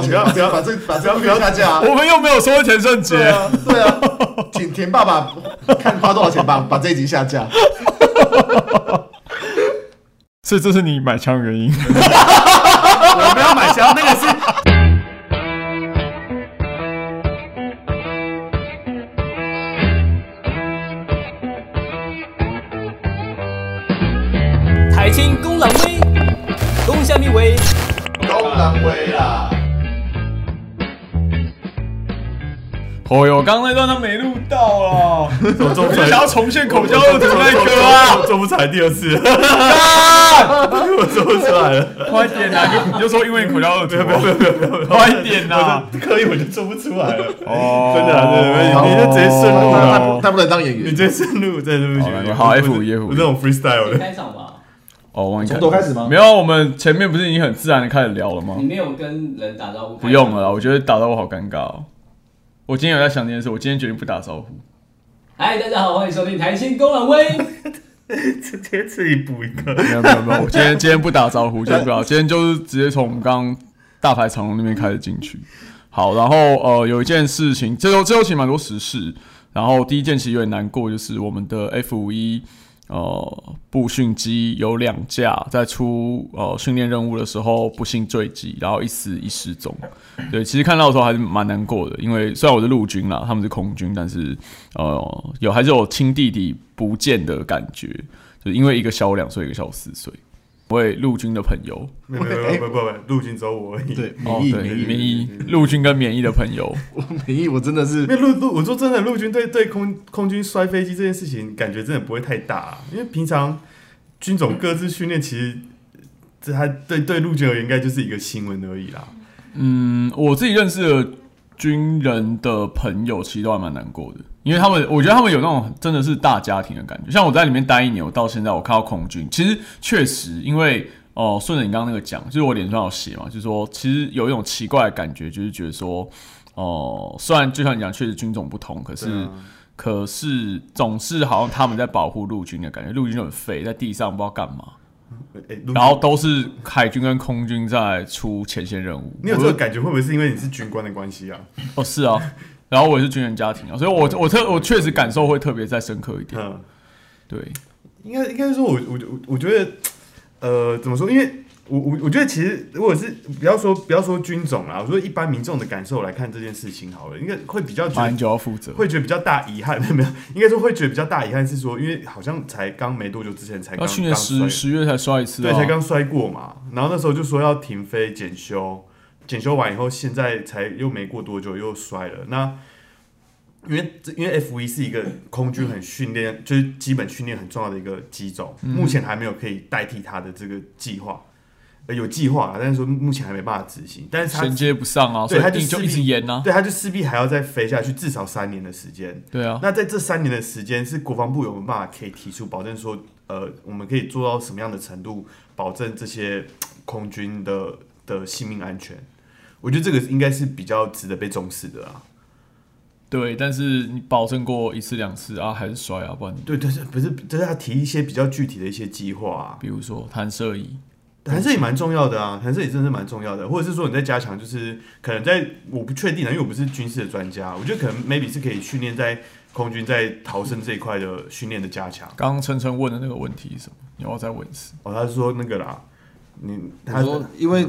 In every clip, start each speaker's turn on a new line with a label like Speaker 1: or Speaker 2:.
Speaker 1: 不要不要把这把这个标下 架啊。
Speaker 2: 我们又没有说陈胜
Speaker 1: 对
Speaker 2: 杰，
Speaker 1: 啊，对啊，请田爸爸 看花多少钱把把这一集下架。
Speaker 2: 所以这是你买枪的原因。
Speaker 3: 我没有买枪，那 个是
Speaker 4: 台青公狼威，公虾米威，
Speaker 1: 高难为啦，
Speaker 2: 哦哟，刚刚那段都没录到啊！
Speaker 3: 我中
Speaker 2: 我就想要重现口交二组那一歌
Speaker 3: 我
Speaker 2: 啊！
Speaker 3: 做不出来第二 次， 我做不出来了，
Speaker 2: 快点啊！你就说因为口交二组，快点啊！
Speaker 3: 刻意我就做不出来 了。
Speaker 2: 哦
Speaker 3: 真的啊真的你就直接顺路
Speaker 1: 他
Speaker 3: 啊
Speaker 1: 不他不能当演
Speaker 3: 你
Speaker 1: 员。
Speaker 3: 这次录真的是不行，
Speaker 2: 好
Speaker 3: 我
Speaker 2: 好 F5 F5
Speaker 3: 我这种 freestyle 的，
Speaker 4: 开场吧。
Speaker 2: 哦，忘记
Speaker 5: 从头开始吗
Speaker 2: 没有，我们前面不是已经很自然的开始聊了吗
Speaker 4: 你？没有跟人打招呼？
Speaker 2: 不用了啦，。我觉得打到我好尴尬哦。我今天有在想这件事，我今天决定不打招呼。
Speaker 4: 嗨，大家好，欢迎收听台青公狼 威。
Speaker 3: 直接自己补一个。
Speaker 2: 没有没有没有，我今天今天不打招呼，今天不打，今天就是直接从我们刚刚大排长龙那边开始进去。好，然后呃，有一件事情，这周这周其实蛮多时事。然后第一件其实有点难过，就是我们的 F 五一呃步训机有两架在出呃训练任务的时候不幸坠机，然后一死一失踪。对，其实看到的时候还是蛮难过的，因为虽然我是陆军啦，他们是空军，但是呃有还是有亲弟弟不见的感觉，就是因为一个小我两岁，一个小我四岁。为陆军的朋友，
Speaker 3: 没有没有没有不不不，陆军走我而已。
Speaker 1: 对，，
Speaker 2: 哦
Speaker 1: 免疫
Speaker 2: 对
Speaker 1: 免
Speaker 2: 免
Speaker 1: 疫，
Speaker 2: 疫陆军跟免疫的朋 友，
Speaker 1: 我免疫，我真的是
Speaker 3: 因为陆陆，我说真的，陆军对对空空军摔飞机这件事情，感觉真的不会太大、因为平常军种各自训练，其实这还对对陆军而言，应该就是一个新闻而已啦。
Speaker 2: 嗯，我自己认识的军人的朋友，其实都还蛮难过的，因为他们，我觉得他们有那种真的是大家庭的感觉。像我在里面待一年，我到现在我看到空军，其实确实因为哦，呃顺、着你刚刚那个讲，就是我脸上有写嘛，就是说其实有一种奇怪的感觉，就是觉得说，哦、虽然就像你讲，确实军种不同，可是。
Speaker 3: 对啊
Speaker 2: 可是总是好像他们在保护陆军的感觉，陆军就很废，在地上不知道干嘛，
Speaker 3: 哎、陆军
Speaker 2: 然后都是海军跟空军在出前线任务。
Speaker 3: 你有
Speaker 2: 我
Speaker 3: 这
Speaker 2: 就
Speaker 3: 个感觉，会不会是因为你是军官的关系啊？
Speaker 2: 哦，是啊， 然后我也是军人家庭啊，所以我我特我确实感受会特别再深刻一点。
Speaker 3: 哦嗯，
Speaker 2: 对，
Speaker 3: 应该应该说我，我我我觉得，呃，怎么说？因为我我我觉得，其实如果是不要说不要说军种啦，我说一般民众的感受来看这件事情好了，应该会比较觉
Speaker 2: 马
Speaker 3: 得
Speaker 2: 英九要负责。
Speaker 3: 会觉得比较大遗憾，没 有没有，应该说会觉得比较大遗憾是说，因为好像才刚没多久之前才
Speaker 2: 然后
Speaker 3: 刚
Speaker 2: 哦去年
Speaker 3: 刚摔
Speaker 2: 十十月才刷一次、啊，
Speaker 3: 对，才刚摔过嘛，然后那时候就说要停飞检修，检修完以后，现在才又没过多久又摔了。那因为这因为 F 一是一个空军很训练，就是基本训练很重要的一个机种，
Speaker 2: 嗯
Speaker 3: 目前还没有可以代替它的这个计划，呃有计划啦，但是说目前还没办法执行，但是它
Speaker 2: 衔接不上啊，所
Speaker 3: 对
Speaker 2: 以
Speaker 3: 他就
Speaker 2: 你就
Speaker 3: 势
Speaker 2: 一
Speaker 3: 必
Speaker 2: 直延啊。
Speaker 3: 对它就势必还要再飞下去至少三年的时间。
Speaker 2: 对啊，
Speaker 3: 那在这三年的时间，是国防部有没有办法可以提出保证说，呃，我们可以做到什么样的程度，保证这些嘖空军的的性命安全？我觉得这个应该是比较值得被重视的啊。
Speaker 2: 对，但是你保证过一次两次啊，还是摔啊，不然你
Speaker 3: 对，但是不是，就是他提一些比较具体的一些计划啊，
Speaker 2: 比如说弹射椅，
Speaker 3: 弹射也蛮重要的啊，弹射也真的是蛮重要的，或者是说你在加强，就是可能在我不确定啊，因为我不是军事的专家，我觉得可能 maybe 是可以训练在空军在逃生这一块的训练的加强。
Speaker 2: 刚刚晨晨问的那个问题是什么？你要不要再问一次？
Speaker 3: 哦，他是说那个啦，你
Speaker 1: 他
Speaker 3: 他
Speaker 1: 说，因为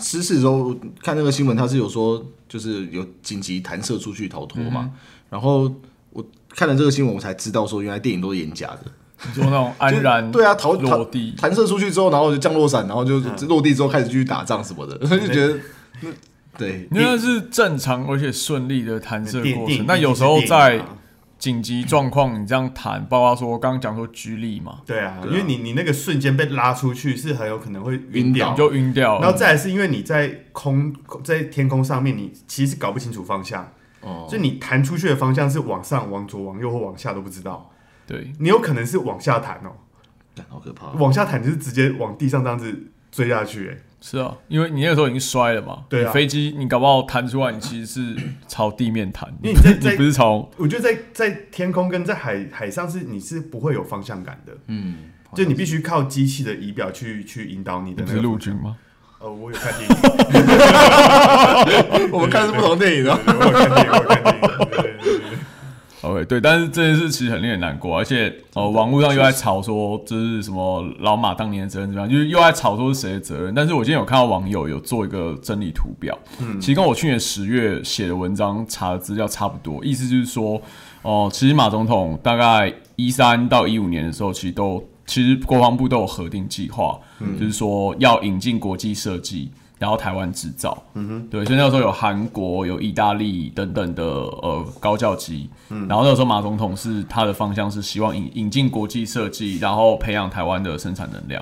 Speaker 1: 失事的时候看那个新闻，他是有说就是有紧急弹射出去逃脱嘛。
Speaker 3: 嗯
Speaker 1: 然后我看了这个新闻，我才知道说原来电影都是演假的。
Speaker 2: 你说那种安然
Speaker 1: 对啊，逃
Speaker 2: 落
Speaker 1: 逃
Speaker 2: 地，
Speaker 1: 弹射出去之后，然后就降落伞，然后就落地之后开始继续打仗什么的， 就觉得那对。
Speaker 2: 你那是正常而且顺利的弹射
Speaker 3: 电
Speaker 2: 过
Speaker 3: 电
Speaker 2: 程。那有时候
Speaker 3: 电影啊
Speaker 2: 在紧急状况，你这样弹，包括说刚刚讲说居力嘛，
Speaker 3: 对啊，因为你你那个瞬间被拉出去是很有可能会
Speaker 1: 晕
Speaker 3: 晕
Speaker 1: 倒
Speaker 3: 掉
Speaker 2: 你，就晕掉了。
Speaker 3: 然后再来是因为你在空在天空上面，你其实搞不清楚方向，
Speaker 1: 哦，
Speaker 3: 就你弹出去的方向是往上、往左、往右或往下都不知道，
Speaker 2: 对，
Speaker 3: 你有可能是往下弹哦，
Speaker 1: 干好可
Speaker 2: 哦
Speaker 1: 怕！
Speaker 3: 往下弹就是直接往地上这样子坠下去，哎
Speaker 2: 是啊，因为你那个时候已经摔了嘛，
Speaker 3: 对啊
Speaker 2: 你飞机你搞不好弹出来，你其实是朝地面弹，
Speaker 3: 因为你在
Speaker 2: 不是
Speaker 3: 在
Speaker 2: 你不是朝
Speaker 3: 我觉得在在天空跟在海海上是你是不会有方向感的，
Speaker 1: 嗯，
Speaker 3: 就你必须靠机器的仪表去去引导你的
Speaker 2: 你不
Speaker 3: 那
Speaker 2: 是
Speaker 3: 个
Speaker 2: 陆军吗？
Speaker 3: 呃，我有看电影，对
Speaker 1: 我们看是不同电影的。
Speaker 2: 嗯
Speaker 3: 对我有看电影，我有看电影，对对对对
Speaker 2: OK，对，但是这件事其实很令人难过，而且呃，网络上又在吵说就是什么老马当年的责任怎么样，就是又在吵说是谁的责任。但是我今天有看到网友有做一个整理图表，嗯，其实跟我去年十月写的文章查的资料差不多，意思就是说，哦、其实马总统大概一三到一五年的时候，其实都其实国防部都有核定计划，就是说要引进国际设计。然后台湾制造，嗯哼，对，所以那个时候有韩国、有意大利等等的呃高教机，嗯，然后那个时候马总统是他的方向是希望引引进国际设计，然后培养台湾的生产能量。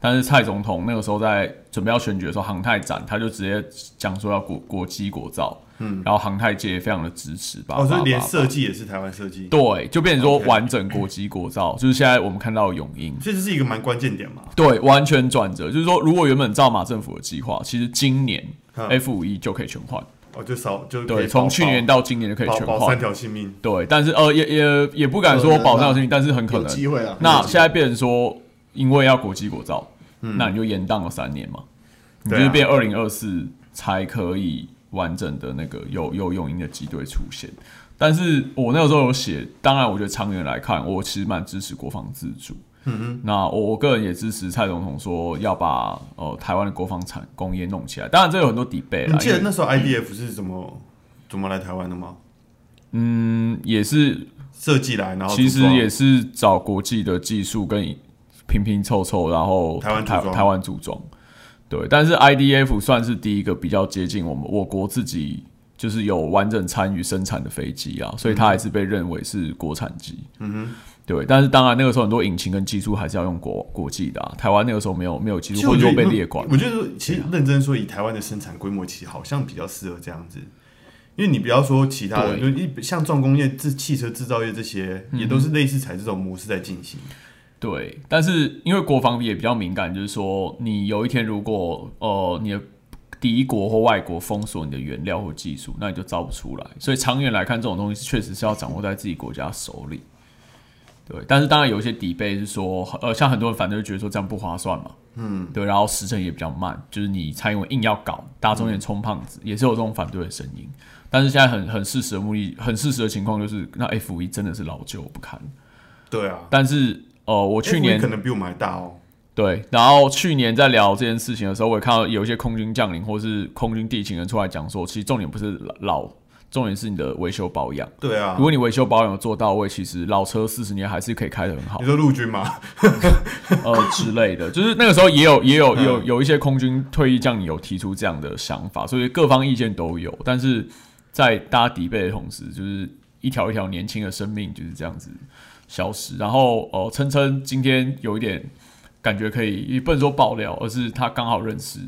Speaker 2: 但是蔡总统那个时候在准备要选举的时候，航太展他就直接讲说要国国机国造，嗯，然后航太界也非常的支持吧，
Speaker 3: 哦，所以
Speaker 2: 叭
Speaker 3: 连
Speaker 2: 叭叭
Speaker 3: 设计也是台湾设计，
Speaker 2: 对，就变成说完整国机国造，就是现在我们看到的永英，
Speaker 3: 所以这是一个蛮关键点嘛。
Speaker 2: 对，完全转折，就是说如果原本照马政府的计划，其实今年
Speaker 3: 嗯
Speaker 2: F 五一就可以全换。
Speaker 3: 哦，就少就可以
Speaker 2: 对，从
Speaker 3: 保
Speaker 2: 去年到今年就可以
Speaker 3: 保
Speaker 2: 全
Speaker 3: 保三
Speaker 2: 换。
Speaker 3: 条性命，
Speaker 2: 对，但是呃，也也也不敢说保障性，但是很 可
Speaker 1: 有
Speaker 2: 能
Speaker 1: 机。会啊！
Speaker 2: 那
Speaker 1: 有机
Speaker 2: 现在变成说，因为要国际国造，
Speaker 3: 嗯
Speaker 2: 那你就延宕了三年嘛，你
Speaker 3: 啊
Speaker 2: 就是变二零二四才可以完整的那个有有永鹰的机队出现。但是我那个时候有写，当然我觉得长远来看，我其实蛮支持国防自主。嗯那我我个人也支持蔡总统说要把呃台湾的国防产工业弄起来，当然这有很多 debate 啦。
Speaker 3: 你记
Speaker 2: 啊因
Speaker 3: 得
Speaker 2: 为
Speaker 3: 那时候 IDF 是怎么怎么来台湾的吗？
Speaker 2: 嗯也是
Speaker 3: 设计来，然后
Speaker 2: 其实
Speaker 3: 组装
Speaker 2: 也是找国际的技术跟拼拼凑凑，然后
Speaker 3: 台湾组
Speaker 2: 台
Speaker 3: 装
Speaker 2: 台湾组装。对，但是 IDF 算是第一个比较接近我们我国自己就是有完整参与生产的飞机啊，
Speaker 3: 嗯
Speaker 2: 所以它还是被认为是国产机。嗯哼，对。但是当然那个时候很多引擎跟技术还是要用国国际的、啊，台湾那个时候没有没有技术，
Speaker 3: 其实
Speaker 2: 或
Speaker 3: 我
Speaker 2: 者
Speaker 3: 觉
Speaker 2: 说
Speaker 3: 得
Speaker 2: 被列管。啊
Speaker 3: 我觉得说其实认真说，以台湾的生产规模，其实好像比较适合这样子。因为你不要说其他的，就
Speaker 2: 对
Speaker 3: 一像重工业、制汽车制造业这些，也都是类似采这种模式在进行。
Speaker 2: 对，但是因为国防也比较敏感，就是说你有一天如果呃你的敌国或外国封锁你的原料或技术，那你就造不出来。所以长远来看，这种东西确实是要掌握在自己国家手里。对，但是当然有一些底背是说，呃，像很多人反对，觉得说这样不划算嘛，嗯，对，然后时程也比较慢，就是你蔡英文硬要搞，大众眼充胖子，也是有这种反对的声音。但是现在很很事实的目的，很事实的情况就是，那 F 五一真的是老旧不堪。
Speaker 3: 对啊，
Speaker 2: 但是呃，我去年
Speaker 3: FV 可能比我们还大哦。
Speaker 2: 对，然后去年在聊这件事情的时候，我也看到有一些空军将领或是空军地勤人出来讲说，其实重点不是老，重点是你的维修保养。
Speaker 3: 对啊
Speaker 2: 如，果你维修保养有做到位，其实老车四十年还是可以开得很好
Speaker 3: 你，说陆军嘛，
Speaker 2: 呃之类的。就是那个时候也有也有有有一些空军退役将领有提出这样的想法，所以各方意见都有。但是在大家抵背的同时，就是一条一条年轻的生命就是这样子消失。然后呃，琛琛今天有一点感觉可以，也不能说爆料，而是他刚好认识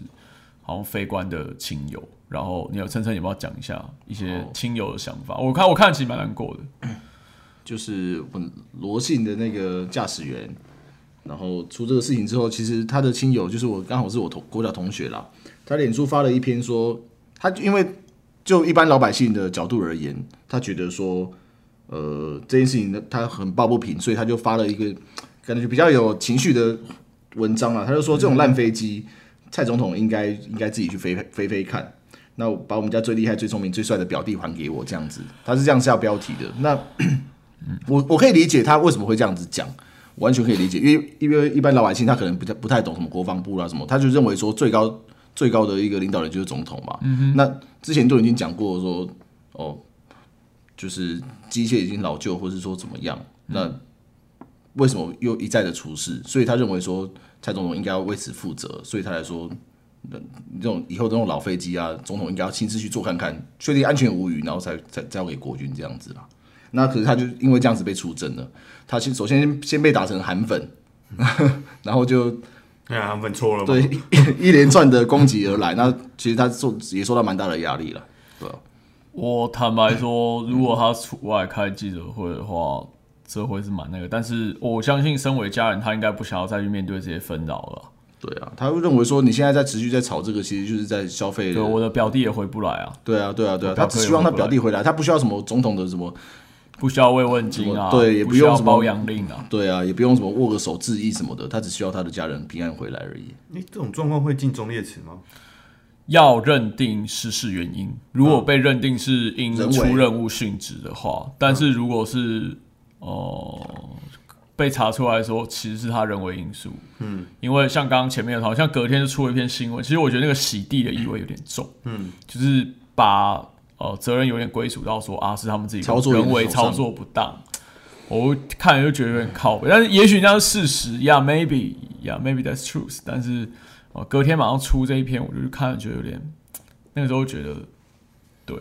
Speaker 2: 好像非官的亲友。然后你有琛琛有没有讲一下一些亲友的想法？我看我看其实蛮难过的。
Speaker 1: 就是我们罗姓的那个驾驶员，然后出这个事情之后，其实他的亲友就是我刚好是我同国小同学啦，他脸书发了一篇说，他因为就一般老百姓的角度而言，他觉得说，呃，这件事情呢他很抱不平，所以他就发了一个感觉比较有情绪的文章啦，他就说这种烂飞机，蔡总统应该应该自己去飞飞飞看。那我把我们家最厉害、最聪明、最帅的表弟还给我，这样子，他是这样下标题的。那我我可以理解他为什么会这样子讲，我完全可以理解，因为因为一般老百姓他可能不太不太懂什么国防部啦、啊什么，他就认为说最高最高的一个领导人就是总统嘛。那之前都已经讲过说，哦，就是机械已经老旧，或是说怎么样，那为什么又一再的出事？所以他认为说蔡总统应该要为此负责，所以他来说。那这种以后这种老飞机啊，总统应该要亲自去坐看看，确定安全无虞，然后才才交给国军这样子啦。啊那可是他就因为这样子被出征了，他先首先先被打成韩粉， 然后就
Speaker 3: 哎呀，问错了嘛。
Speaker 1: 对 一连串的攻击而来。那其实他受也受到蛮大的压力了，对吧？
Speaker 2: 我坦白说，如果他出外开记者会的话，这会是蛮那个。但是我相信，身为家人，他应该不想要再去面对这些纷扰了。
Speaker 1: 对啊，他会认为说你现在在持续在炒这个，其实就是在消费
Speaker 2: 对，我的表弟也回不来啊。
Speaker 1: 对啊，对啊，对啊，
Speaker 2: 表
Speaker 1: 他
Speaker 2: 哥
Speaker 1: 只希望
Speaker 2: 也
Speaker 1: 他
Speaker 2: 回不来
Speaker 1: 表弟回来，他不需要什么总统的什么
Speaker 2: 不需要慰问金啊，
Speaker 1: 对也
Speaker 2: 不
Speaker 1: 不
Speaker 2: 需
Speaker 1: 用
Speaker 2: 要
Speaker 1: 什么
Speaker 2: 包养令啊。
Speaker 1: 对啊，也不用什么握个手致意什么的，他只需要他的家人平安回来而已。
Speaker 3: 你这种状况会进忠烈祠吗？
Speaker 2: 要认定失事原因，如果被认定是因
Speaker 1: 人为
Speaker 2: 出任务殉职的
Speaker 1: 嗯
Speaker 2: 话，但是如果是哦、呃被查出来说其实是他人为因素，嗯，因为像刚刚前面好像隔天就出了一篇新闻，其实我觉得那个洗地的意味有点重，嗯，就是把呃责任有点归属到说啊是他们自己
Speaker 1: 操作
Speaker 2: 人为
Speaker 1: 人手上
Speaker 2: 操作不当，我看了就觉得有点靠北，但是也许那是事实，Yeah，maybe，Yeah，maybe that's truth，但是哦、呃隔天马上出这一篇，我就去看了，觉得有点，那个时候觉得，对，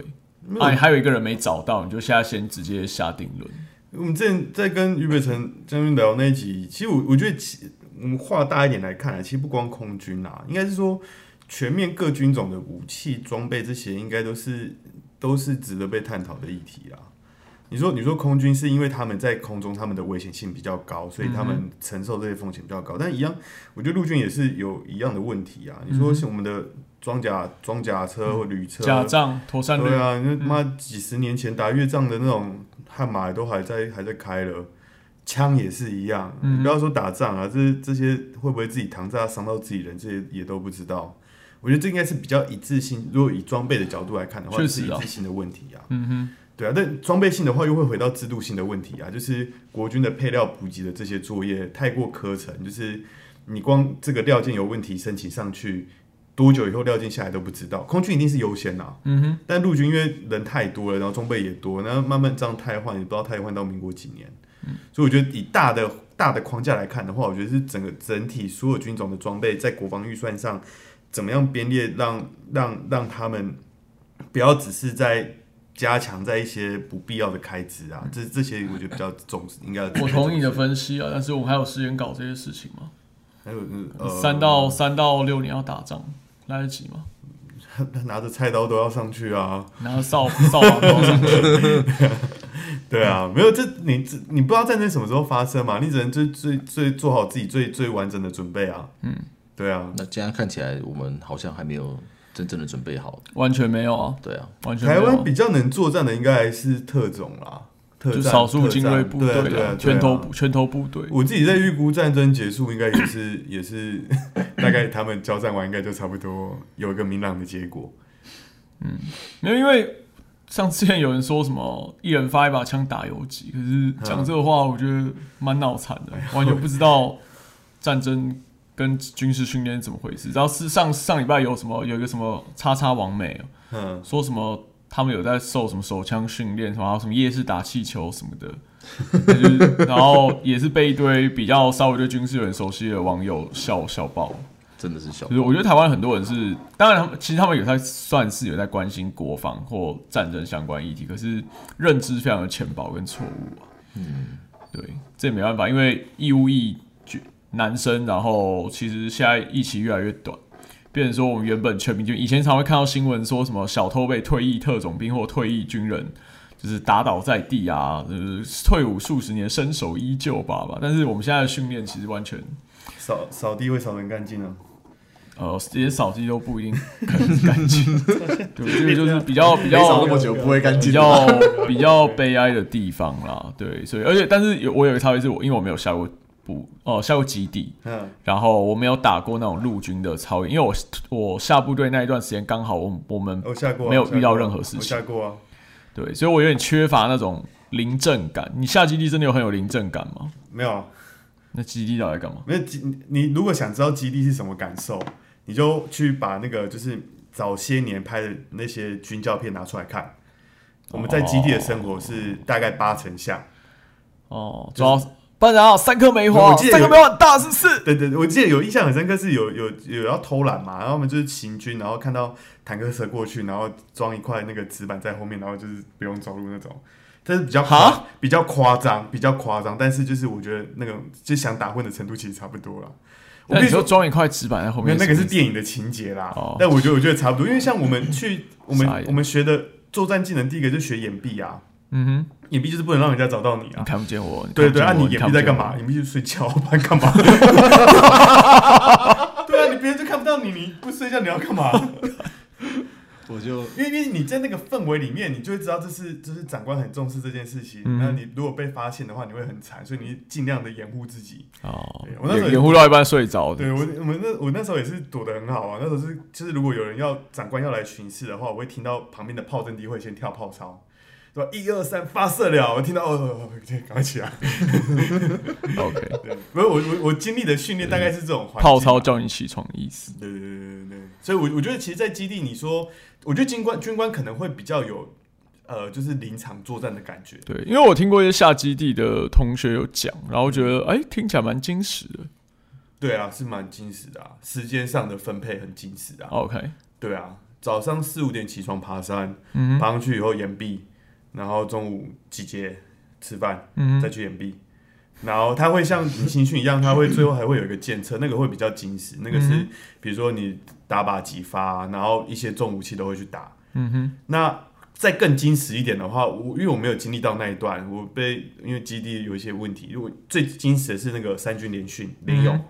Speaker 2: 啊，你还有一个人没找到，你就现在先直接下定论，
Speaker 3: 我们之前在跟俞北辰将军聊那一集，其实我我觉得其，我们画大一点来看啊，其实不光空军啊，应该是说全面各军种的武器装备这些，应该都是都是值得被探讨的议题啊。你说，你说空军是因为他们在空中，他们的危险性比较高，所以他们承受这些风险比较高。但一样，我觉得陆军也是有一样的问题啊。你说，像我们的装甲装甲车或旅车，啊
Speaker 2: 假账、头三嗯
Speaker 3: 对
Speaker 2: 轮，
Speaker 3: 啊，那妈几十年前打越战的那种悍马都还在还在开了，枪也是一样。
Speaker 2: 嗯
Speaker 3: 你不要说打仗啊，这这些会不会自己膛炸伤到自己人，这些也都不知道。我觉得这应该是比较一致性，如果以装备的角度来看的话，
Speaker 2: 确
Speaker 3: 是
Speaker 2: 实
Speaker 3: 一
Speaker 2: 啊
Speaker 3: 致性的问题啊。嗯哼，对啊，但装备性的话又会回到制度性的问题啊，就是国军的配料补给的这些作业太过苛层，就是你光这个料件有问题申请上去，多久以后料件下来都不知道，空军一定是优先啊。嗯哼，但陆军因为人太多了，然后装备也多，然后慢慢这样汰换，也不知道汰换到民国几年。所以我觉得以大的大的框架来看的话，我觉得是整个整体所有军种的装备在国防预算上怎么样编列让，让让他们不要只是在加强在一些不必要的开支啊，这这些我觉得比较重视，应该要
Speaker 2: 嗯我同意你的分析啊，但是我们还有时间搞这些事情吗？
Speaker 3: 还有呃
Speaker 2: 三到三到六年要打仗，来得及吗？
Speaker 3: 他他呃拿着菜刀都要上去啊，
Speaker 2: 然后 扫扫把刀上去，
Speaker 3: 对啊，没有这你这你不知道战争什么时候发生嘛，你只能最最最做好自己最最完整的准备啊，嗯，对啊，
Speaker 1: 那这样看起来，我们好像还没有真正的准备好。
Speaker 2: 完全没有啊，
Speaker 1: 对啊，
Speaker 2: 完全没
Speaker 3: 台
Speaker 2: 有
Speaker 3: 湾
Speaker 2: 啊。
Speaker 3: 比较能作战的应该还是特种啦，特
Speaker 2: 就
Speaker 3: 战
Speaker 2: 少数精锐
Speaker 3: 特战
Speaker 2: 部
Speaker 3: 对啊
Speaker 2: 队
Speaker 3: 对啊
Speaker 2: 啊，
Speaker 3: 对啊
Speaker 2: 拳头部拳头部队，
Speaker 3: 我自己在预估战争结束，应该也是 也是大概他们交战完，应该就差不多有一个明朗的结果。
Speaker 2: 没有，因为像之前有人说什么一人发一把枪打游击，可
Speaker 3: 嗯
Speaker 2: 是讲这个话，我觉得蛮脑残
Speaker 3: 哎
Speaker 2: 的，完全不知道战争跟军事训练是怎么回事。然后是上上礼拜有什么有一个什么叉叉王美
Speaker 3: 嗯，
Speaker 2: 说什么。他们有在受什么手枪训练，什么还有什么夜市打气球什么的， 就是然后也是被一堆比较稍微对军事有点熟悉的网友笑笑爆。
Speaker 1: 真的是小
Speaker 2: 就。是我觉得台湾很多人是，当然他们其实他们有在算是有在关心国防或战争相关议题，可是认知非常的浅薄跟错误啊。嗯，对，这也没办法，因为义务役就男生，然后其实现在役期越来越短。变成说，我们原本全民军以前常会看到新闻说什么小偷被退役特种兵或退役军人就是打倒在地啊，就是退伍数十年身手依旧吧吧。但是我们现在的训练其实完全
Speaker 3: 扫扫地会扫得很干净啊。
Speaker 2: 呃，这些扫地都不一定很干净， 对，这个就是比较比较
Speaker 1: 久不会干
Speaker 3: 啊
Speaker 2: 比较比较悲哀的地方啦，对，所以而且但是有我有一个差别是我因为我没有下过部哦、下过基地，
Speaker 3: 嗯，
Speaker 2: 然后我没有打过那种陆军的操演，因为我我下部队那一段时间刚好我我们
Speaker 3: 我下过啊、
Speaker 2: 没有
Speaker 3: 我下过啊
Speaker 2: 遇到任何事情
Speaker 3: 我下过啊，
Speaker 2: 对，所以我有点缺乏那种临阵感。你下基地真的有很有临阵感吗？
Speaker 3: 没有啊，
Speaker 2: 那基地到底干嘛？
Speaker 3: 没有基你你如果想知道基地是什么感受，你就去把那个就是早些年拍的那些军教片拿出来看。我们在基地的生活是大概八成像。
Speaker 2: 哦，主要班长三颗梅
Speaker 3: 我
Speaker 2: 花，
Speaker 3: 记得
Speaker 2: 三
Speaker 3: 有
Speaker 2: 颗梅花很大是不是？
Speaker 3: 对对，对我记得有印象很深刻，是有有有要偷懒嘛，然后我们就是行军，然后看到坦克车过去，然后装一块那个纸板在后面，然后就是不用走路那种。但是比较夸
Speaker 2: 哈
Speaker 3: 比较夸张，比较夸张，但是就是我觉得那种就想打混的程度其实差不多了。我
Speaker 2: 那哎
Speaker 3: 跟
Speaker 2: 你
Speaker 3: 你说
Speaker 2: 说，装一块纸板在后
Speaker 3: 没
Speaker 2: 面什
Speaker 3: 有，那
Speaker 2: 么意思，
Speaker 3: 个是电影的情节啦。
Speaker 2: 哦
Speaker 3: 但我觉得我觉得差不多，因为像我 们去我们
Speaker 2: 傻眼
Speaker 3: 我们学的作战技能，第一个就学掩蔽啊，
Speaker 2: 嗯哼。
Speaker 3: 掩蔽就是不能让人家找到你
Speaker 2: 你
Speaker 3: 啊。
Speaker 2: 看不见我。
Speaker 3: 对对，啊，
Speaker 2: 看不
Speaker 3: 你
Speaker 2: 见我
Speaker 3: 眼皮在干？嘛？眼皮就睡觉， 不然干嘛？对啊，你别人就看不到你，你不睡觉你要干嘛？
Speaker 1: 我就
Speaker 3: 因为因为你在那个氛围里面，你就会知道这是这是长官很重视这件事情。
Speaker 2: 嗯
Speaker 3: 那你如果被发现的话，你会很惨，所以你尽量的掩护自己。
Speaker 2: 哦
Speaker 3: 对我那时候也
Speaker 2: 掩护到一半睡着的，
Speaker 3: 对我我们那我那时候也是躲得很好啊，那时候是就是如果有人要长官要来巡视的话，我会听到旁边的炮阵地会先跳炮操。对吧？一二三，发射了！我听到，哦，赶快起来！
Speaker 2: OK，
Speaker 3: 对，不是我我我经历的训练大概是这种环境啊
Speaker 2: 泡操叫你起床的意思。
Speaker 3: 对对对对对，所以我我觉得其实，在基地，你说，我觉得军官军官可能会比较有，呃，就是临场作战的感觉。
Speaker 2: 对，因为我听过一些下基地的同学有讲，然后觉得
Speaker 3: 嗯
Speaker 2: 哎、听起来蛮精实的。
Speaker 3: 对啊，是蛮紧实的啊，时间上的分配很紧实啊。
Speaker 2: OK，
Speaker 3: 对啊，早上四五点起床爬山，
Speaker 2: 嗯哼
Speaker 3: 爬上去以后岩壁，然后中午集结吃饭，
Speaker 2: 嗯
Speaker 3: 再
Speaker 2: 哼，
Speaker 3: 去岩壁。然后他会像你新训一样，他会最后还会有一个检测，那 个会比较紧实，那个是
Speaker 2: 嗯
Speaker 3: 比如说你打靶几发，然后一些重武器都会去打。
Speaker 2: 嗯哼，
Speaker 3: 那再更矜持一点的话，我因为我没有经历到那一段，我被因为基地有一些问题，如果最矜持的是那个三军联训联
Speaker 2: 嗯
Speaker 3: 用，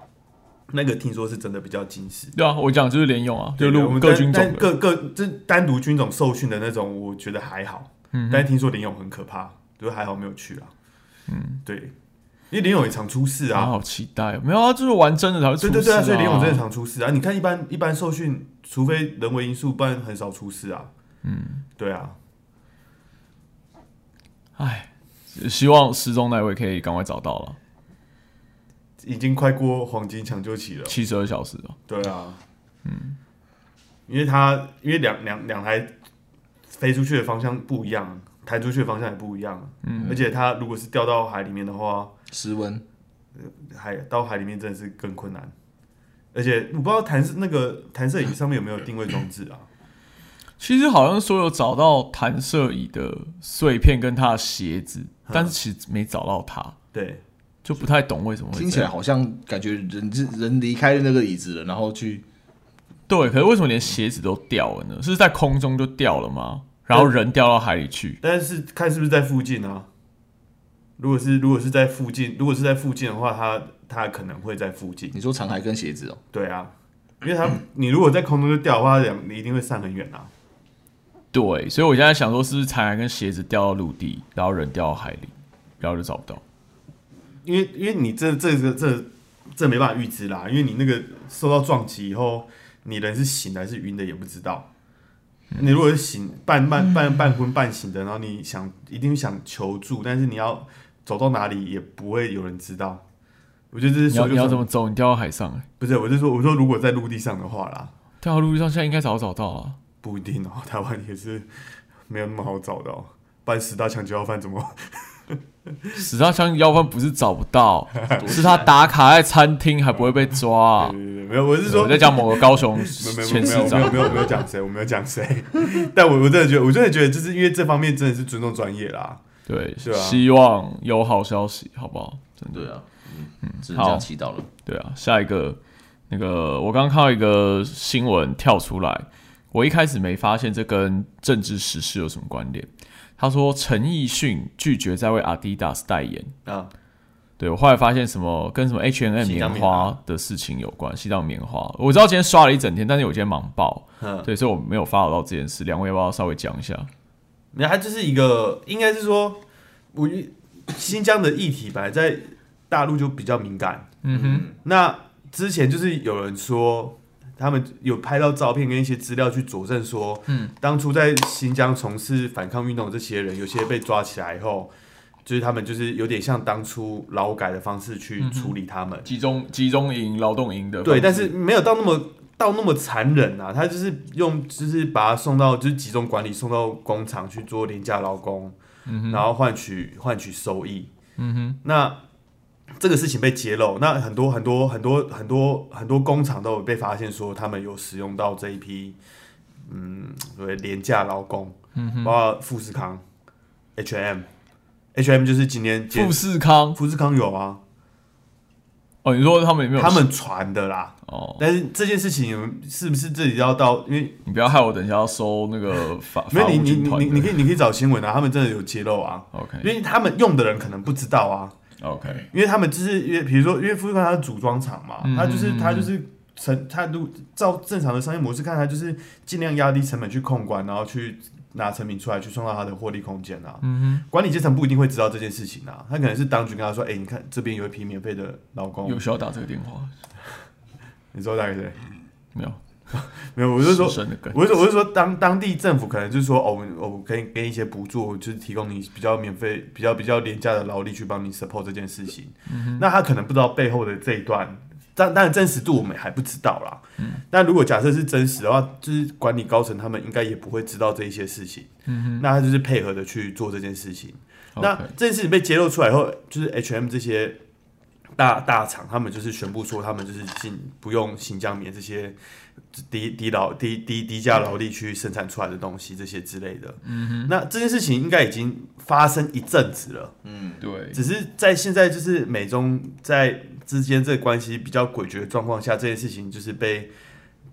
Speaker 3: 那个听说是真的比较矜持。
Speaker 2: 对啊，我讲就是联用啊，就
Speaker 3: 对我
Speaker 2: 录
Speaker 3: 们
Speaker 2: 各
Speaker 3: 单
Speaker 2: 军种
Speaker 3: 单
Speaker 2: 的。
Speaker 3: 各各这单独军种受训的那种，我觉得还好，
Speaker 2: 嗯
Speaker 3: 但是听说联勇很可怕，就是还好没有去啊。嗯，对，因为联勇也常出事
Speaker 2: 啊，
Speaker 3: 啊。
Speaker 2: 好期待哦！没有啊，就是玩真的才会出
Speaker 3: 对
Speaker 2: 事、
Speaker 3: 对对啊，所以联勇真的常出事啊！你看一般一般受训，除非人为因素，不然很少出事啊。嗯，对啊，
Speaker 2: 哎，希望失踪那位可以赶快找到了，
Speaker 3: 已经快过黄金抢救期了。
Speaker 2: 七十二小时哦了。
Speaker 3: 对啊，嗯，因为他因为两两两台飞出去的方向不一样，抬出去的方向也不一样，嗯，而且它如果是掉到海里面的话，
Speaker 1: 失温，
Speaker 3: 海到海里面真的是更困难。而且我不知道弹射那个弹射椅上面有没有定位装置啊？
Speaker 2: 其实好像说有找到弹射椅的碎片跟他的鞋子，但
Speaker 3: 嗯
Speaker 2: 是其实没找到他，
Speaker 3: 对，
Speaker 2: 就不太懂为什么会
Speaker 1: 听起
Speaker 2: 这
Speaker 1: 来
Speaker 2: 样。
Speaker 1: 好像感觉人是人离开那个椅子了，然后去
Speaker 2: 对，可是为什么连鞋子都掉了呢？是在空中就掉了吗？然后人掉到海里去？
Speaker 3: 但是看是不是在附近啊？如果是如果是在附近，如果是在附近的话，它它可能会在附近。
Speaker 1: 你说残骸跟鞋子哦、
Speaker 3: 对啊，因为它、你如果在空中就掉的话，两你一定会散很远啊。
Speaker 2: 对，所以我现在想说，是不是残骸跟鞋子掉到陆地，然后人掉到海里，然后就找不到？
Speaker 3: 因为因为你这这个这这没办法预知啦，因为你那个受到撞击以后，你人是醒的还是晕的也不知道。你如果是醒半半半半昏半醒的，然后你想一定想求助，但是你要走到哪里也不会有人知道。我觉得这是
Speaker 2: 你要
Speaker 3: 搜救
Speaker 2: 你要
Speaker 3: 上
Speaker 2: 怎么走？你掉到海上、欸？
Speaker 3: 不是，我是说我说如果在陆地上的话啦，
Speaker 2: 掉到陆地上，现在应该早就找到啊了。
Speaker 3: 不一定哦、台湾也是没有那么好找的、哦。不然十大强要犯怎么？
Speaker 2: 史大枪要饭不是找不到，是他打卡在餐厅还不会被抓、
Speaker 3: 对对对，没有，我是说
Speaker 2: 我在讲某个高雄
Speaker 3: 没有没有没有没有没有
Speaker 2: 前市长，
Speaker 3: 没有没有讲谁，我没有讲谁， 但我我真的觉得，我真的觉得，就是因为这方面真的是尊重专业啦。
Speaker 2: 对，
Speaker 3: 是啊
Speaker 2: 希望有好消息，好不好？真的，
Speaker 1: 对啊，嗯，只能这
Speaker 2: 好
Speaker 1: 样祈祷了。
Speaker 2: 对啊，下一个那个，我刚刚看到一个新闻跳出来，我一开始没发现这跟政治时事有什么关联。他说陈奕迅拒绝再为 Adidas 代言，
Speaker 3: 啊，
Speaker 2: 对我后来发现什么跟什么 H M
Speaker 3: 西
Speaker 2: 棉
Speaker 3: 藏棉
Speaker 2: 花的事情有关，西藏棉花。我知道今天刷了一整天，但是我今天忙爆，
Speaker 3: 嗯，
Speaker 2: 对，所以我没有发到这件事。两位要不要稍微讲一下？
Speaker 3: 那它就是一个，应该是说，我新疆的议题本来在大陆就比较敏感，
Speaker 2: 嗯哼，
Speaker 3: 那之前就是有人说。他们有拍到照片跟一些资料去佐证说，嗯，当初在新疆从事反抗运动的这些人，有些被抓起来以后，就是他们就是有点像当初劳改的方式去
Speaker 2: 嗯
Speaker 3: 处理他们，
Speaker 2: 集中集中营、劳动营的方
Speaker 3: 对，
Speaker 2: 式，
Speaker 3: 但是没有到那么到那么残忍啊，他就是用就是把他送到就是集中管理，送到工厂去做廉价劳工，
Speaker 2: 嗯
Speaker 3: 然后换取换取收益。嗯哼，那这个事情被揭露，那很多很多很多很多很多工厂都有被发现说他们有使用到这一批嗯所谓廉价劳工，嗯、包括富士康、H&M。H&M 就是今天接
Speaker 2: 富士康
Speaker 3: 富士康有啊，
Speaker 2: 哦，你说他们有没有？
Speaker 3: 他们传的啦，
Speaker 2: 哦，
Speaker 3: 但是这件事情是不是这里要到？因为
Speaker 2: 你不要害我，等一下要收那个法
Speaker 3: 没
Speaker 2: 啊法
Speaker 3: 有你
Speaker 2: 务
Speaker 3: 你
Speaker 2: 军
Speaker 3: 你
Speaker 2: 团
Speaker 3: 你
Speaker 2: 的。
Speaker 3: 你可以你可以找新闻啊，他们真的有揭露啊，因
Speaker 2: OK
Speaker 3: 为他们用的人可能不知道啊，
Speaker 2: OK，嗯
Speaker 3: 因为他们就是因为比如说因为富士康它是组装厂嘛，它就是它就是成他如照正常的商业模式看，他就是尽量压低成本去控管，然后去拿成品出来去创造他的获利空间啊。嗯管理阶层不一定会知道这件事情啊，他可能是当局跟他说：“哎、你看这边有一批免费的劳工
Speaker 2: 有，需要打这个电话
Speaker 3: 你知道大概谁？”
Speaker 2: 没有？
Speaker 3: 没有，我是说
Speaker 2: 失声的梗
Speaker 3: 我是我是说当当地政府可能就是说哦，我们我可以给你一些补助，就是提供你比较免费、比较比较廉价的劳力去帮你 support 这件事情。那他可能不知道背后的这一段，但当然真实度我们还不知道啦。但如果假设是真实的话，就是管理高层他们应该也不会知道这一些事情。那他就是配合的去做这件事情。那
Speaker 2: OK
Speaker 3: 这件事情被揭露出来后，就是 H M 这些大大厂，他们就是宣布说，他们就是进不用新疆棉这些低低劳低低低价劳力去生产出来的东西，这些之类的。嗯哼，那这件事情应该已经发生一阵子了，
Speaker 2: 对，
Speaker 3: 只是在现在就是美中在之间这个关系比较诡谲的状况下，这件事情就是被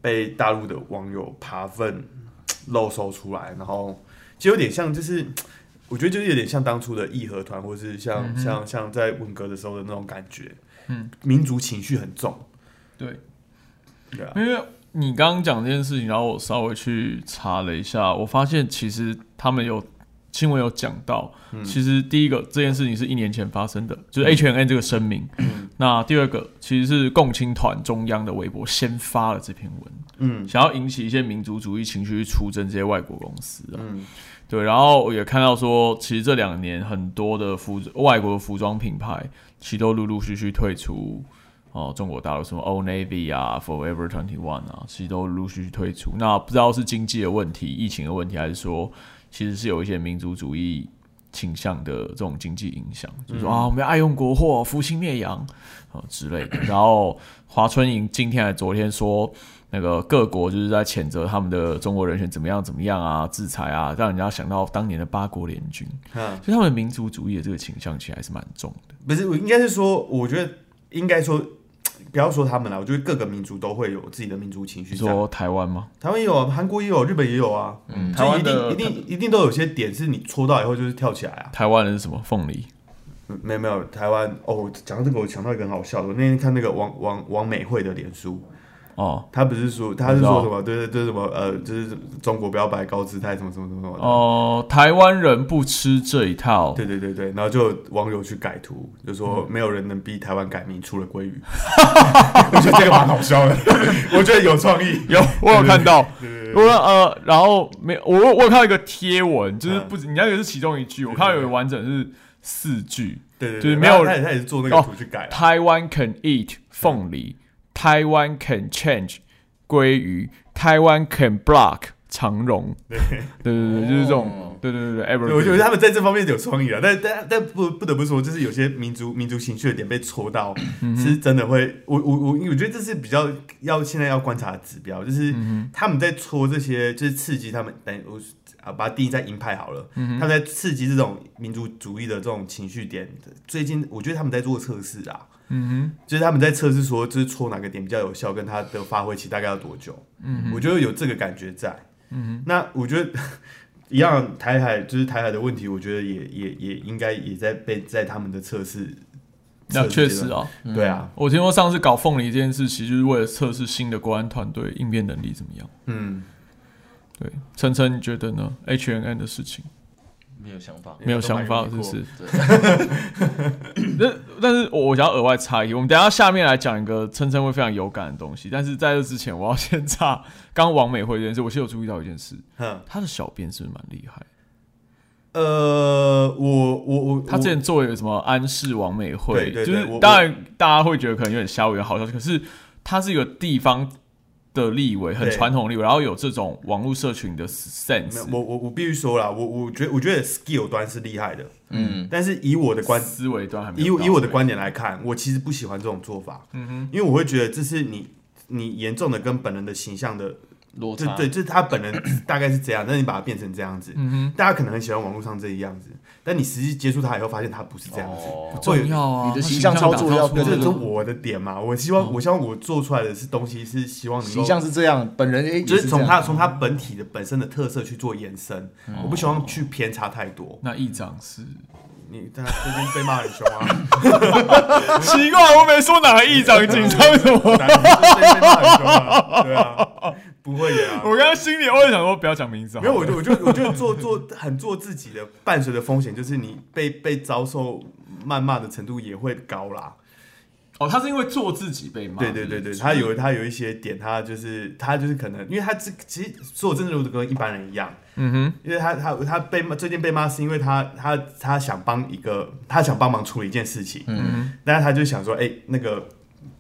Speaker 3: 被大陆的网友扒粪
Speaker 2: 嗯
Speaker 3: 漏收出来，然后就有点像就是。我觉得就是有点像当初的义和团，或是像、
Speaker 2: 嗯
Speaker 3: 像像在文革的时候的那种感觉，嗯，民族情绪很重，
Speaker 2: 对，
Speaker 3: 对啊，
Speaker 2: 因为你刚刚讲这件事情，然后我稍微去查了一下，我发现其实他们有新闻有讲到，
Speaker 3: 嗯
Speaker 2: 其实第一个这件事情是一年前发生的，就是 H N 这个声明。
Speaker 3: 嗯
Speaker 2: 那第二个其实是共青团中央的微博先发了这篇文，
Speaker 3: 嗯
Speaker 2: 想要引起一些民族主义情绪去出征这些外国公司啊。
Speaker 3: 嗯
Speaker 2: 对，然后也看到说，其实这两年很多的服外国的服装品牌，其实都陆陆续续退出哦、中国大陆，什么 Old Navy 啊、Forever Twenty One 啊，其实都陆陆续续退出。那不知道是经济的问题、疫情的问题，还是说其实是有一些民族主义倾向的这种经济影响，就是说、啊，我们要爱用国货，扶清灭洋啊、哦之类的。然后华春莹今天还昨天说，那个各国就是在谴责他们的中国人选怎么样怎么样啊，制裁啊，让人家想到当年的八国联军，
Speaker 3: 嗯，
Speaker 2: 所以他们民族主义的这个倾向其实还是蛮重的。
Speaker 3: 不是，我应该是说，我觉得应该说，不要说他们了，我觉得各个民族都会有自己的民族情绪
Speaker 2: 你
Speaker 3: 在。
Speaker 2: 说台湾吗？
Speaker 3: 台湾也有啊，韩国也有，日本也有啊，嗯，
Speaker 2: 台湾
Speaker 3: 一
Speaker 2: 的
Speaker 3: 定一定一定都有些点是你戳到以后就是跳起来啊。
Speaker 2: 台湾人是什么凤梨？
Speaker 3: 嗯没有没有，台湾哦，我讲到这个我想到一个很好笑的，我那天看那个王王王美惠的脸书，
Speaker 2: 哦
Speaker 3: 她不是说她
Speaker 2: 我
Speaker 3: 是说
Speaker 2: 知
Speaker 3: 什么，对对对，什么呃，就是中国不要摆高姿态，什么什么什么什么的。
Speaker 2: 哦、台湾人不吃这一套。
Speaker 3: 对对对对，然后就有网友去改图，就说没有人能逼台湾改名，除了鲑鱼。 我觉得这个蛮好笑的，我觉得有创意。
Speaker 2: 有，我有看到，
Speaker 3: 对
Speaker 2: 我呃，然后没有，我我有看到一个贴文，就是
Speaker 3: 嗯
Speaker 2: 不止你那个是其中一句，我看到有完整是四句，
Speaker 3: 对对，
Speaker 2: 就是
Speaker 3: 对
Speaker 2: 没有
Speaker 3: 他也他也是做那个图去改啊。
Speaker 2: 台湾 can eat 凤梨，台湾 can change 鲑鱼，台湾 can block 长荣。对对对对，就是这种
Speaker 1: 哦，
Speaker 2: 对对对对
Speaker 3: 对我觉得
Speaker 2: ，evergreen。
Speaker 3: 他们在这方面有创意啊，但但但不不得不说，就是有些民族民族情绪的点被戳到，是真的会，我我我我觉得这是比较要现在要观察的指标，就是他们在戳这些，就是刺激他们，等我啊把它定义在鹰派好了，他们在刺激这种民族主义的这种情绪点，最近我觉得他们在做测试啊，嗯哼，就是他们在测试说，就是戳哪个点比较有效，跟他的发挥期大概要多久，嗯，我觉得有这个感觉在，嗯哼，那我觉得。一样，台海就是台海的问题，我觉得也也也应该也在被在他们的测试。
Speaker 2: 那
Speaker 3: 测试
Speaker 2: 确
Speaker 3: 阶
Speaker 2: 实
Speaker 3: 段，
Speaker 2: 啊，
Speaker 3: 对啊，
Speaker 2: 我听说上次搞凤梨这件事，其实就是为了测试新的国安团队应变能力怎么样。
Speaker 3: 嗯，
Speaker 2: 对，晨晨你觉得呢？H N N 的事情
Speaker 1: 没有想法。
Speaker 2: 没有想法，是不
Speaker 3: 都蛮有疑惑
Speaker 2: 是？但但是我我想要额外插一个，我们等一下下面来讲一个琛琛会非常有感的东西，但是在这之前，我要先插刚刚王美惠这件事，我是有注意到一件事，
Speaker 3: 哼，
Speaker 2: 他的小编是不是蛮厉害？
Speaker 3: 呃，我我我，
Speaker 2: 他之
Speaker 3: 这
Speaker 2: 前做一个什么安室王美惠，
Speaker 3: 对对
Speaker 2: 就
Speaker 3: 对
Speaker 2: 是
Speaker 3: 我
Speaker 2: 当然大家会觉得可能有点瞎，有点好笑，可是他是一个地方的立委，很
Speaker 3: 对
Speaker 2: 传统的立委，然后有这种网络社群的
Speaker 3: 没有
Speaker 2: sense
Speaker 3: 我我我必须说啦，我我觉得我觉得 skill 端是厉害的，
Speaker 1: 嗯，
Speaker 3: 但是以我的观
Speaker 2: 思维端还没
Speaker 3: 以
Speaker 2: 有
Speaker 3: 我以我的
Speaker 2: 到位
Speaker 3: 观点来看，我其实不喜欢这种做法，嗯哼，因为我会觉得这是你你严重的跟本人的形象的
Speaker 1: 落
Speaker 3: 就
Speaker 1: 差
Speaker 3: 对，就是他本人大概是这样，那你把他变成这样子，大家可能很喜欢网络上这一样子，但你实际接触他以后，发现他不是这样子，
Speaker 1: 哦
Speaker 3: 会有
Speaker 2: 重要啊，
Speaker 1: 你的
Speaker 2: 他
Speaker 1: 形象操
Speaker 2: 打
Speaker 1: 作
Speaker 2: 造
Speaker 1: 要
Speaker 2: 出
Speaker 3: 对，
Speaker 2: 来
Speaker 3: 这
Speaker 1: 对
Speaker 3: 这
Speaker 1: 对
Speaker 3: 是我的点嘛。我希望，我希望我做出来的是东西是希望能
Speaker 1: 形
Speaker 3: 够，
Speaker 1: 象是这样，本人诶，
Speaker 3: 就是从
Speaker 1: 他
Speaker 3: 它从它本体的本身的特色去做延伸。我不希望去偏差太多。
Speaker 2: 那议长是
Speaker 3: 你你他最近被骂很凶啊，
Speaker 2: 奇怪，我没说哪个议长紧张什么，
Speaker 3: 男最近被骂很凶啊，对啊，不会演啊。
Speaker 2: 我刚刚心里偶尔想说不要讲名字好
Speaker 3: 没
Speaker 2: 了，
Speaker 3: 有，我就我就我就做做很做自己的，伴随的风险就是你被被遭受谩骂的程度也会高啦。
Speaker 2: 哦，他是因为做自己被骂，
Speaker 3: 对对对对，他有他有一些点，他就是他就是可能，因为他这其实说真的，如果跟一般人一样，
Speaker 2: 嗯哼，
Speaker 3: 因为他他他被骂，最近被骂是因为他他他想帮一个他想帮忙处理一件事情，嗯，但是他就想说，哎、那个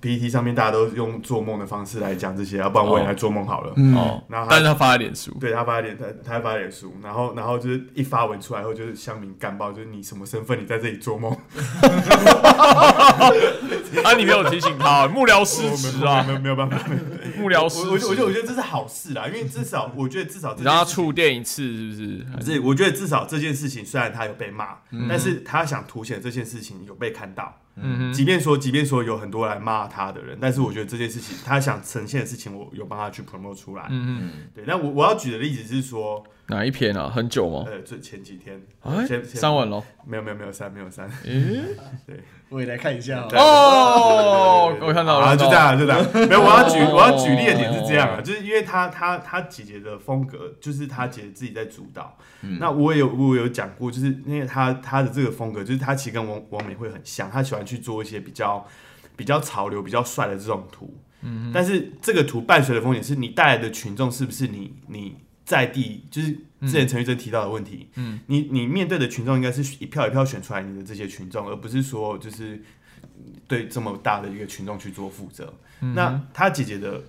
Speaker 3: PPT 上面大家都用做梦的方式来讲这些，要不然我也来做梦好了。
Speaker 2: 哦
Speaker 3: 然嗯后，他
Speaker 2: 但是他发了脸书，
Speaker 3: 对他发了点，他他发了点书，然后然后就是一发文出来后，就是乡民干爆，就是你什么身份，你在这里做梦？
Speaker 2: 啊，你没有提醒他， 幕僚失 职
Speaker 3: 我
Speaker 2: 啊
Speaker 3: 没，有没有办法，
Speaker 2: 幕僚失
Speaker 3: 我我觉得我
Speaker 2: 职啊
Speaker 3: 觉得，我觉得这是好事啦，因为至少我觉得至少这
Speaker 2: 你让他
Speaker 3: 件事
Speaker 2: 触电一次是不是？还
Speaker 3: 不
Speaker 2: 是
Speaker 3: 是，我觉得至少这件事情虽然他有被骂，
Speaker 2: 嗯
Speaker 3: 但是他想凸显这件事情有被看到。嗯，即便说即便说有很多来骂他的人，但是我觉得这件事情他想呈现的事情，我有帮他去 promote 出来。嗯嗯，对。那我我要举的例子是说，
Speaker 2: 哪一篇啊？很久吗？
Speaker 3: 呃，最前几天，
Speaker 2: 哎
Speaker 3: 呃前，嗯前
Speaker 2: 三晚咯。
Speaker 3: 没有没有没有三没有三，
Speaker 1: 我也来看一下哦。
Speaker 2: 哦，我看到了，
Speaker 3: 啊，
Speaker 2: 看
Speaker 3: 就
Speaker 2: 到
Speaker 3: 这
Speaker 2: 了。
Speaker 3: 样，就这样。没有，我要举
Speaker 2: 哦
Speaker 3: 我要举例的点是这样啊，就是因为他他他姐姐的风格，就是他姐姐自己在主导。那我也有我有讲过，就是因为他他的这个风格，就是他其实跟王王美会很像，他喜欢去做一些比较比较潮流、比较帅的这种图。但是这个图伴随的风险是你带来的群众是不是你你在地，就是之前陈玉珍提到的问题，嗯，你你面对的群众应该是一票一票选出来你的这些群众，而不是说就是对这么大的一个群众去做负责。那他姐姐的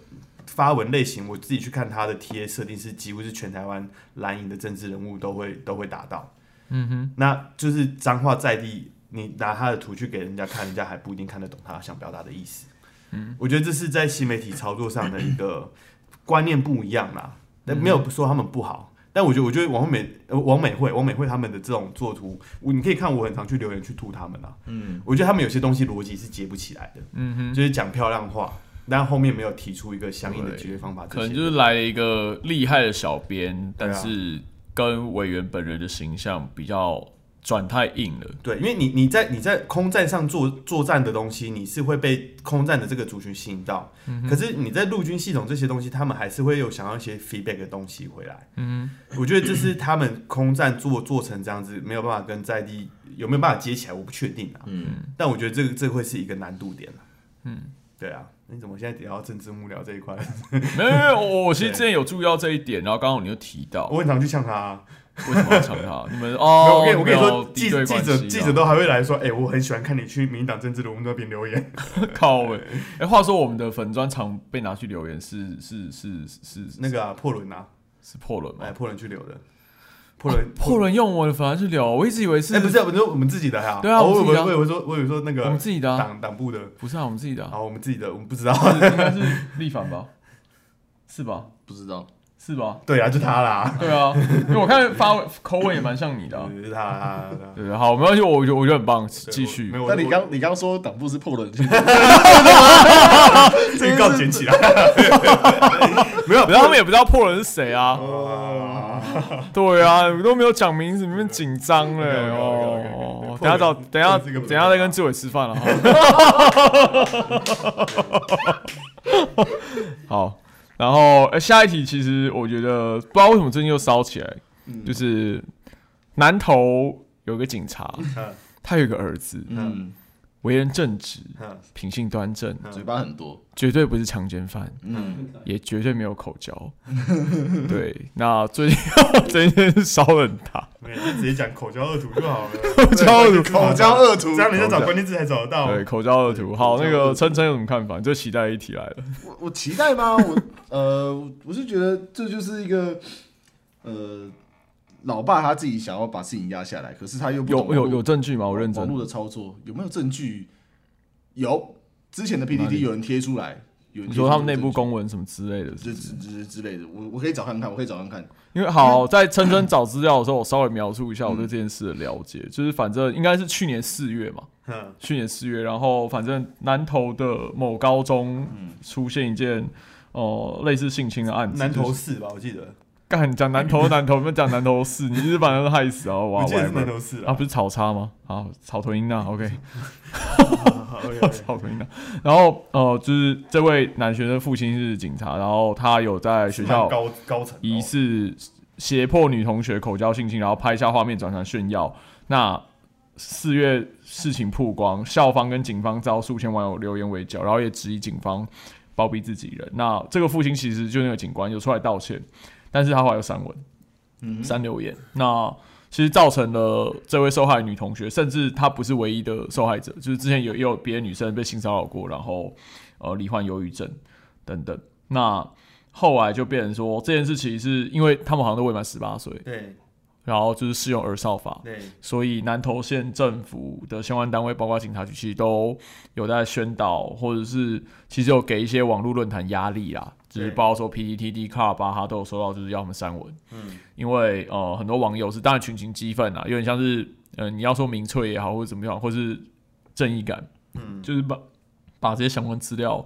Speaker 3: 发文类型，我自己去看他的 T A 设定是几乎是全台湾蓝营的政治人物都会都会达到。嗯哼，那就是彰化在地，你拿他的图去给人家看，人家还不一定看得懂他想表达的意思。嗯，我觉得这是在新媒体操作上的一个观念不一样啦，但没有说他们不好。但我觉得，我觉得王美、呃王美惠、王美惠他们的这种作图，我你可以看，我很常去留言去吐他们啊。嗯，我觉得他们有些东西逻辑是接不起来的。嗯哼，就是讲漂亮话，但后面没有提出一个相应的解决方法这些。
Speaker 2: 可能就是来了一个厉害的小编，
Speaker 3: 对啊
Speaker 2: 但是跟委员本人的形象比较转太硬了。
Speaker 3: 对，因为你你在你在空战上作作战的东西，你是会被空战的这个族群吸引到。
Speaker 2: 嗯
Speaker 3: 可是你在陆军系统这些东西，他们还是会有想要一些 feedback 的东西回来。嗯，我觉得这是他们空战做做成这样子，没有办法跟在地有没有办法接起来，我不确定啊。嗯，但我觉得这个这会是一个难度点了、嗯，对啊，你怎么现在聊到政治幕僚这一块？
Speaker 2: 没有没有，我我其实之前有注意到这一点，然后刚好你又提到，
Speaker 3: 我很常去呛他、啊。
Speaker 2: 为什么要抢他？ 你们
Speaker 3: 没有
Speaker 2: 哦
Speaker 3: 我，跟你我跟你说，
Speaker 2: 敌
Speaker 3: 记
Speaker 2: 对
Speaker 3: 记
Speaker 2: 关
Speaker 3: 者
Speaker 2: 系啊
Speaker 3: 记者都还会来说，哎、我很喜欢看你去民进党政治人物那边留言。
Speaker 2: 靠哎、哎，话说我们的粉砖常被拿去留言，是是是是是
Speaker 3: 那个、啊、破轮啊，
Speaker 2: 是破轮
Speaker 3: 哎，
Speaker 2: 吗？
Speaker 3: 破人去留的，破人
Speaker 2: 哦破，轮用我的粉砖去留，我一直以为是
Speaker 3: 哎，不是，不是我们自己的呀，
Speaker 2: 对啊
Speaker 3: 哦
Speaker 2: 我
Speaker 3: 我
Speaker 2: 们
Speaker 3: 以为
Speaker 2: 自己的啊
Speaker 3: 我以为说，我以为说那个
Speaker 2: 我们自己的啊
Speaker 3: 党党部的，
Speaker 2: 不是啊，我们自己的、
Speaker 3: 然
Speaker 2: 啊，
Speaker 3: 后我们自己的，我们不知道，
Speaker 2: 是应该是立反吧？是吧？
Speaker 1: 不知道，
Speaker 2: 是吧？
Speaker 3: 对啊，就他啦，
Speaker 2: 对啊，因为我看发文口吻也蛮像你的、啊。
Speaker 3: 对就是他啦， 对啊
Speaker 2: 对，好，没关系，我觉得我觉得很棒，继续
Speaker 3: 没。有，我
Speaker 1: 那你刚你刚说党部是破了，
Speaker 3: 我预告捡起来，
Speaker 2: 没有，然后他们也不知道破人是谁啊。对啊，都没有讲名字，你们紧张嘞哦。等下找，等下等下再跟志伟吃饭了。好，然后、呃下一题，其实我觉得不知道为什么最近又烧起来，就是南投有个警察，他有一个儿子，
Speaker 1: 嗯，
Speaker 2: 为人正直，
Speaker 3: 嗯
Speaker 2: 品性端正，
Speaker 1: 嘴巴很多，
Speaker 2: 绝对不是强奸犯，
Speaker 1: 嗯，
Speaker 2: 也绝对没有口交。对，那最近最近烧得很大，
Speaker 3: 没有，就直接讲口交恶徒就好了，
Speaker 2: 交恶
Speaker 3: 徒
Speaker 1: 口交恶徒
Speaker 3: 嗯这，样你就找关键字才找得到。
Speaker 2: 对，口交的图。好，
Speaker 1: 口交
Speaker 2: 那
Speaker 1: 的
Speaker 2: 个
Speaker 1: 图
Speaker 2: 琛琛有什么看法？你最期待一题来了。
Speaker 1: 我我期待吗？ 我呃，我是觉得这就是一个呃，老爸他自己想要把事情压下来，可是他又不懂
Speaker 2: 有有
Speaker 1: 网络
Speaker 2: 有证据吗？我认
Speaker 1: 网
Speaker 2: 真。
Speaker 1: 络的操作有没有证据？有，之前的
Speaker 2: 哪
Speaker 1: PPT
Speaker 2: 里
Speaker 1: 有人贴出来，有人
Speaker 2: 你
Speaker 1: 贴出
Speaker 2: 说他们
Speaker 1: 这
Speaker 2: 内
Speaker 1: 个
Speaker 2: 部
Speaker 1: 证
Speaker 2: 公文什么之类的
Speaker 1: 据
Speaker 2: 是不
Speaker 1: 之
Speaker 2: 是，
Speaker 1: 之之类的，我我可以找看看，我可以找看看。
Speaker 2: 因为好在琛琛找资料的时候，我稍微描述一下我对这件事的了解，就是反正应该是去年四月嘛，
Speaker 3: 嗯，
Speaker 2: 去年四月，然后反正南投的某高中出现一件哦、呃类似性侵的案子，
Speaker 3: 南
Speaker 2: 就
Speaker 3: 投
Speaker 2: 是
Speaker 3: 市吧，我记得
Speaker 2: 干讲南投南投，你们讲南投市，你就是把人害死啊！哇，
Speaker 3: 我记得是
Speaker 2: whatever
Speaker 3: 南投市
Speaker 2: 啊，
Speaker 3: 啦。
Speaker 2: 不是草叉吗？好，草屯音娜，OK，啊
Speaker 3: 好
Speaker 2: 草屯音娜。然后呃，就是这位男学生父亲是警察，然后他有在 学校，E
Speaker 3: 高高层哦
Speaker 2: 疑似胁迫女同学口交性侵，然后拍下画面转传炫耀。那四月事情曝光，校方跟警方遭数千网友留言围剿，然后也质疑警方包庇自己人。那这个父亲其实就那个警官有出来道歉，但是他后来又删文、
Speaker 1: 嗯
Speaker 2: 删留言。那其实造成了这位受害女同学，甚至她不是唯一的受害者，就是之前有也有别的女生被性骚扰过，然后呃罹患忧郁症等等。那后来就变成说这件事情是因为他们好像都未满十八岁，
Speaker 3: 对
Speaker 2: 然后就是适用儿少法，
Speaker 3: 对，
Speaker 2: 所以南投县政府的相关单位，包括警察局，其实都有在宣导，或者是其实有给一些网络论坛压力啦，就是
Speaker 3: 对
Speaker 2: 包括说 PPT、d c a r 巴哈都有收到，就是要他们删文。
Speaker 3: 嗯，
Speaker 2: 因为呃，很多网友是当然群情激愤啊，有点像是呃，你要说民粹也好，或者怎么样，或是正义感，
Speaker 3: 嗯
Speaker 2: 就是把把这些相关资料，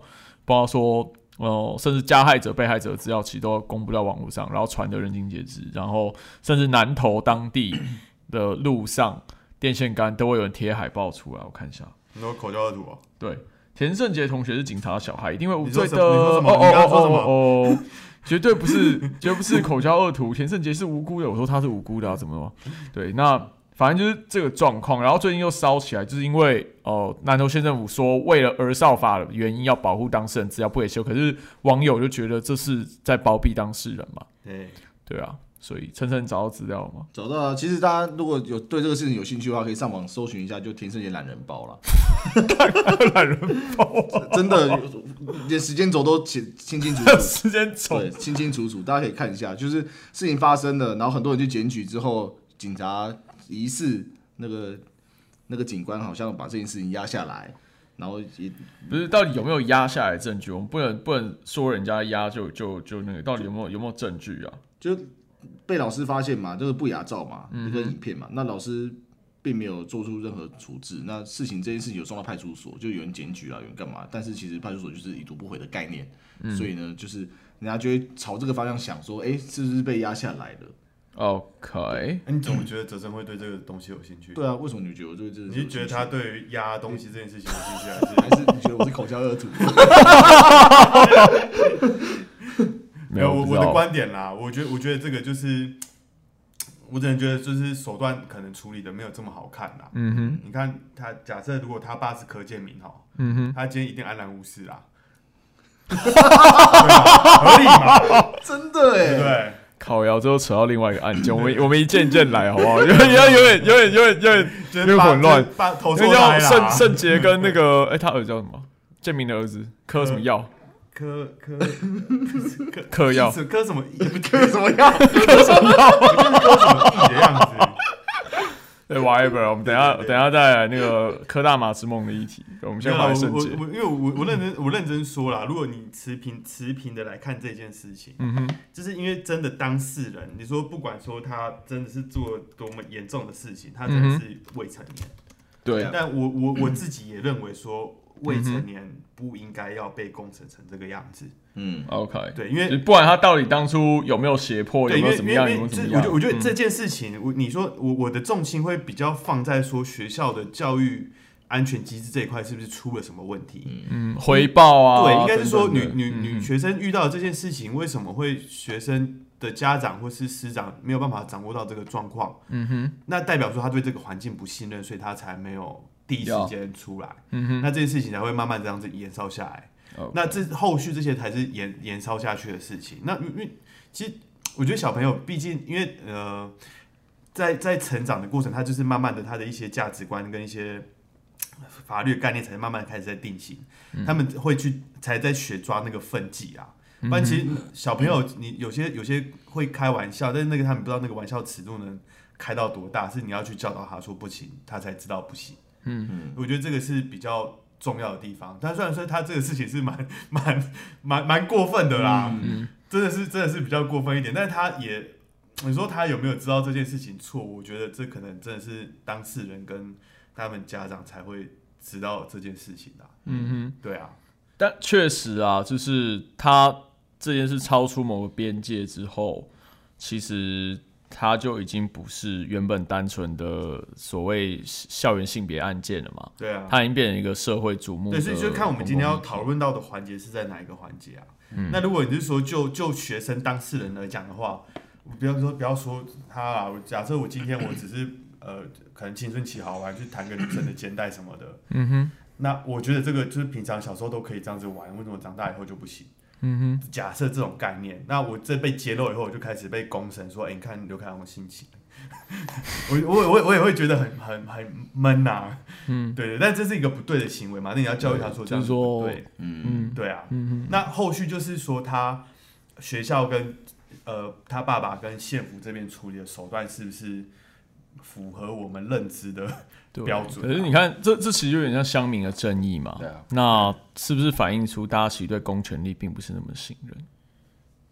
Speaker 2: 包括说呃，甚至加害者、被害者的资料，其实都公布到网络上，然后传得人尽皆知，然后甚至南投当地的路上、电线杆都会有人贴海报出来，我看一下，
Speaker 3: 你说口交的图哦，
Speaker 2: 对。田胜杰同学是警察的小孩，一定会无
Speaker 3: 你说
Speaker 2: 罪
Speaker 3: 什
Speaker 2: 的。
Speaker 3: 么你
Speaker 2: 哦
Speaker 3: 说什
Speaker 2: 哦
Speaker 3: 么你刚刚说什么
Speaker 2: 哦哦哦，绝对不是，绝对不是口交恶徒。田胜杰是无辜的，我说他是无辜的、啊，怎么了吗？对，那反正就是这个状况。然后最近又烧起来，就是因为哦、呃南投县政府说为了儿少法的原因要保护当事人资料不给修，可是网友就觉得这是在包庇当事人嘛，
Speaker 3: 对，
Speaker 2: 对啊，所以晨晨找到资料了 吗？
Speaker 1: 找到了。其实大家如果有对这个事情有兴趣的话，可以上网搜寻一下，就田胜杰懒人包 啦。
Speaker 2: 啊
Speaker 1: 懒人 包，真的连时间轴都清清清楚楚。
Speaker 2: 时间走
Speaker 1: 对，清清楚楚，大家可以看一下，就是事情发生了，然后很多人去检举之后，警察疑似那个那个警官好像把这件事情压下来，然后也
Speaker 2: 不是到底有没有压下来证据？我们不能不能说人家压就就就那个，到底有没有有没有证据啊？
Speaker 1: 就被老师发现嘛，就是不雅照嘛，一个影片嘛，那老师并没有做出任何处置，那事情这件事情有送到派出所，就有人检举啊，有人干嘛？但是其实派出所就是已读不回的概念，所以呢，就是人家就会朝这个方向想说，哎、是不是被压下来了？
Speaker 2: OK，
Speaker 3: 哎，你怎么觉得哲生会对这个东西有兴趣？
Speaker 1: 对啊，为什么你觉得我对这个？
Speaker 3: 你是觉得他对于压东西这件事情有兴趣，还是
Speaker 1: 还是你觉得我是口交恶徒？
Speaker 2: 没
Speaker 3: 有
Speaker 2: 有
Speaker 3: 我
Speaker 2: 不知
Speaker 3: 我的
Speaker 2: 道
Speaker 3: 观点啦，我觉得我觉得这个就是，我只能觉得就是手段可能处理的没有这么好看啦。
Speaker 2: 嗯哼，
Speaker 3: 你看他假设如果他爸是柯建明哈，
Speaker 2: 嗯哼，
Speaker 3: 他今天一定安然无事啦，对吧合理嘛？
Speaker 1: 真的
Speaker 3: 对不
Speaker 1: 哎，
Speaker 3: 对？
Speaker 2: 烤窑之后扯到另外一个案件，我们我们一件一件来好不好？有点有点有点有点有点
Speaker 3: 就
Speaker 2: 有
Speaker 3: 是
Speaker 2: 点
Speaker 3: 把
Speaker 2: 混乱，，
Speaker 3: 把投
Speaker 2: 那
Speaker 3: 错
Speaker 2: 个叫
Speaker 3: 胎
Speaker 2: 圣
Speaker 3: 啦。
Speaker 2: 圣杰跟那个哎他儿子叫什么？建明的儿子嗑什么药？
Speaker 3: 柯柯
Speaker 2: 嗑药？
Speaker 3: 柯什么意？不
Speaker 1: 这怎么样？
Speaker 3: 柯什么意的样子？
Speaker 2: 对，whatever，我们等一下
Speaker 3: 对对对
Speaker 2: 等一下再来那个科大马之梦的议题，我们
Speaker 3: 没
Speaker 2: 先
Speaker 3: 有啦
Speaker 2: 回来
Speaker 3: 我
Speaker 2: 圣
Speaker 3: 我
Speaker 2: 杰。
Speaker 3: 我，因为我我认真我认真说啦，如果你持平持平的来看这件事情，
Speaker 2: 嗯哼，
Speaker 3: 就是因为真的当事人，你说不管说他真的是做了多么严重的事情，他真的是未成年。
Speaker 2: 嗯对啊嗯
Speaker 3: 但我我我自己也认为说，未成年不应该要被公审成这个样子。
Speaker 1: 嗯，
Speaker 2: ，OK，
Speaker 3: 对，因
Speaker 2: 就是
Speaker 3: 为
Speaker 2: 不管他到底当初有没有胁迫，有
Speaker 3: 对，因
Speaker 2: 没有
Speaker 3: 为
Speaker 2: 怎
Speaker 3: 因
Speaker 2: 么样，
Speaker 3: 为
Speaker 2: 有
Speaker 3: 因
Speaker 2: 没有
Speaker 3: 为
Speaker 2: 怎么，
Speaker 3: 这我
Speaker 2: 样？
Speaker 3: 觉得我觉得
Speaker 2: 嗯
Speaker 3: 这件事情，我你说我我的重心会比较放在说学校的教育安全机制这一块是不是出了什么问题？
Speaker 2: 嗯回报啊，
Speaker 3: 对，应该是说
Speaker 2: 等
Speaker 3: 女
Speaker 2: 等的
Speaker 3: 女
Speaker 2: 嗯
Speaker 3: 女学生遇到这件事情，为什么会学生的家长或是师长没有办法掌握到这个状况？嗯哼，那代表说他对这个环境不信任，所以他才没有第一时间出来。嗯哼，那这件事情才会慢慢这样子延烧下来。
Speaker 2: OK
Speaker 3: 那这后续这些才是延延烧下去的事情。那因为其实我觉得小朋友，毕竟因为呃，在在成长的过程，他就是慢慢的他的一些价值观跟一些呃法律概念才慢慢开始在定型，他们会去才在学抓那个分际啊。不然其实小朋友，你有些有些会开玩笑，但是那个他们不知道那个玩笑尺度能开到多大，是你要去教导他说不行，他才知道不行。嗯，我觉得这个是比较重要的地方。但虽然说他这个事情是蛮 蛮蛮蛮过分的啦，
Speaker 2: 嗯
Speaker 3: 真的是真的是比较过分一点，但是他也你说他有没有知道这件事情错？我觉得这可能真的是当事人跟他们家长才会知道这件事情的、
Speaker 2: 嗯哼。
Speaker 3: 对啊，
Speaker 2: 但确实啊，就是他这件事超出某个边界之后，其实它就已经不是原本单纯的所谓校园性别案件了嘛，
Speaker 3: 对啊，
Speaker 2: 它已经变成一个社会瞩目的公共
Speaker 3: 对，所以
Speaker 2: 议题。
Speaker 3: 就看我们今天要讨论到的环节是在哪一个环节啊？
Speaker 2: 嗯
Speaker 3: 那如果你是说就就学生当事人来讲的话，我不要说不要说他啊，我假设我今天我只是呃，可能青春期好玩，去谈个女生的肩带什么的，嗯哼，那我觉得这个就是平常小时候都可以这样子玩，为什么长大以后就不行？嗯哼，假设这种概念，那我这被揭露以后，我就开始被公审说，哎、你看刘凯宏心情， 我我我我也会觉得很很很闷呐、嗯，对，但这是一个不对的行为嘛，那你要教育他说这
Speaker 2: 就
Speaker 3: 样
Speaker 2: 是
Speaker 3: 子不
Speaker 2: 说
Speaker 3: 对，嗯，对啊，那后续就是说他学校跟呃他爸爸跟县府这边处理的手段是不是符合我们认知的？
Speaker 2: 对
Speaker 3: 标准啊
Speaker 2: 可是你看，这这其实有点像乡民的正义嘛。
Speaker 1: 对啊
Speaker 2: 那是不是反映出大家其实对公权力并不是那么信任？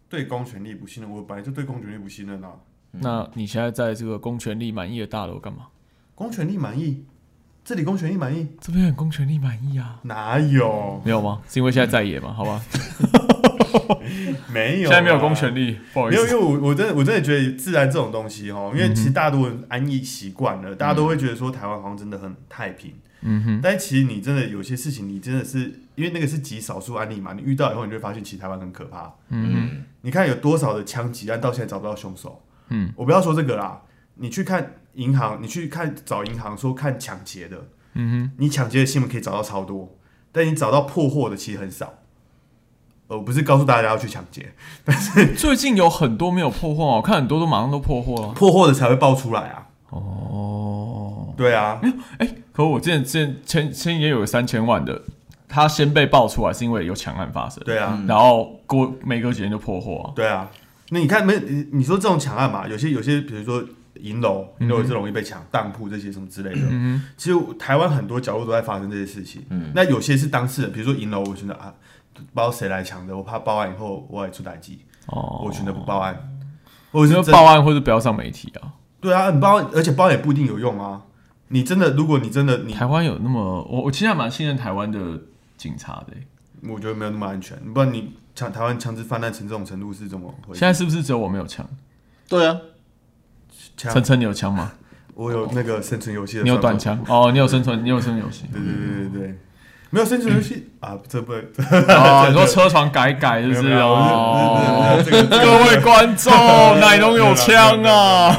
Speaker 3: 对公权力不信任，我本来就对公权力不信任啊。
Speaker 2: 那你现在在这个公权力满意的大楼干嘛？
Speaker 3: 公权力满意，这里公权力满意
Speaker 2: 这边很公权力满意啊？
Speaker 3: 哪有？
Speaker 2: 没有吗？是因为现在在野 嘛？好吧，
Speaker 3: 没有、啊
Speaker 2: 现在没有公权。力，不好意
Speaker 3: 没有，因
Speaker 2: 思。嗯
Speaker 3: 为我我真的我真的觉得自然这种东西哈，因为其实大多人安逸习惯了，大家都会觉得说台湾好像真的很太平，
Speaker 2: 嗯哼，
Speaker 3: 但其实你真的有些事情，你真的是因为那个是极少数案例嘛，你遇到以后，你就会发现其实台湾很可怕。
Speaker 1: 嗯，
Speaker 3: 你看有多少的枪击案到现在找不到凶手？
Speaker 2: 嗯，
Speaker 3: 我不要说这个啦，你去看银行，你去看找银行说看抢劫的，嗯哼，你抢劫的新闻可以找到超多，但你找到破获的其实很少。呃，我不是告诉大家要去抢劫，
Speaker 2: 最近有很多没有破获啊，我看很多都马上都破获了。
Speaker 3: 破获的才会爆出来啊。
Speaker 2: 哦，
Speaker 3: 对啊，
Speaker 2: 可我之前之前前前几天有个三千万的，他先被爆出来是因为有抢案发生，
Speaker 3: 对啊，
Speaker 2: 然后过没隔几天就破获啊。
Speaker 3: 对啊，那你看没？你你说这种抢案嘛，有些有些，比如说银楼，
Speaker 2: 嗯
Speaker 3: 银楼也是容易被抢，当铺这些什么之类的。其实台湾很多角落都在发生这些事情。
Speaker 2: 嗯
Speaker 3: 那有些是当事人，比如说银楼，我觉得啊，不知道谁来抢的，我怕报案以后我也出打击，
Speaker 2: 哦，
Speaker 3: 我选择不报案。我是
Speaker 2: 就
Speaker 3: 真
Speaker 2: 报案或者不要上媒体啊。
Speaker 3: 对啊，你报案，而且报案也不一定有用啊。你真的，如果你真的你，
Speaker 2: 台湾有那么我我其实还蛮信任台湾的警察的欸、
Speaker 3: 我觉得没有那么安全。不然你抢台湾强制泛滥成这种程度是怎么回
Speaker 2: 现
Speaker 3: 事？
Speaker 2: 在是不是只有我没有枪？
Speaker 1: 对 啊，
Speaker 3: 枪
Speaker 2: 晨晨你有枪 吗？
Speaker 3: 我有那个生存游戏的，。
Speaker 2: 你有短枪哦，你有生存，你有生存游戏
Speaker 3: 对对对对对，没有生存游
Speaker 2: 嗯
Speaker 3: 戏啊，这不这
Speaker 2: 哦， 你说车床改一改就
Speaker 3: 没有没
Speaker 2: 是
Speaker 3: 有
Speaker 2: 哦。
Speaker 3: 没有没有没有这 个
Speaker 2: 各位观 众，奶农有枪啊！！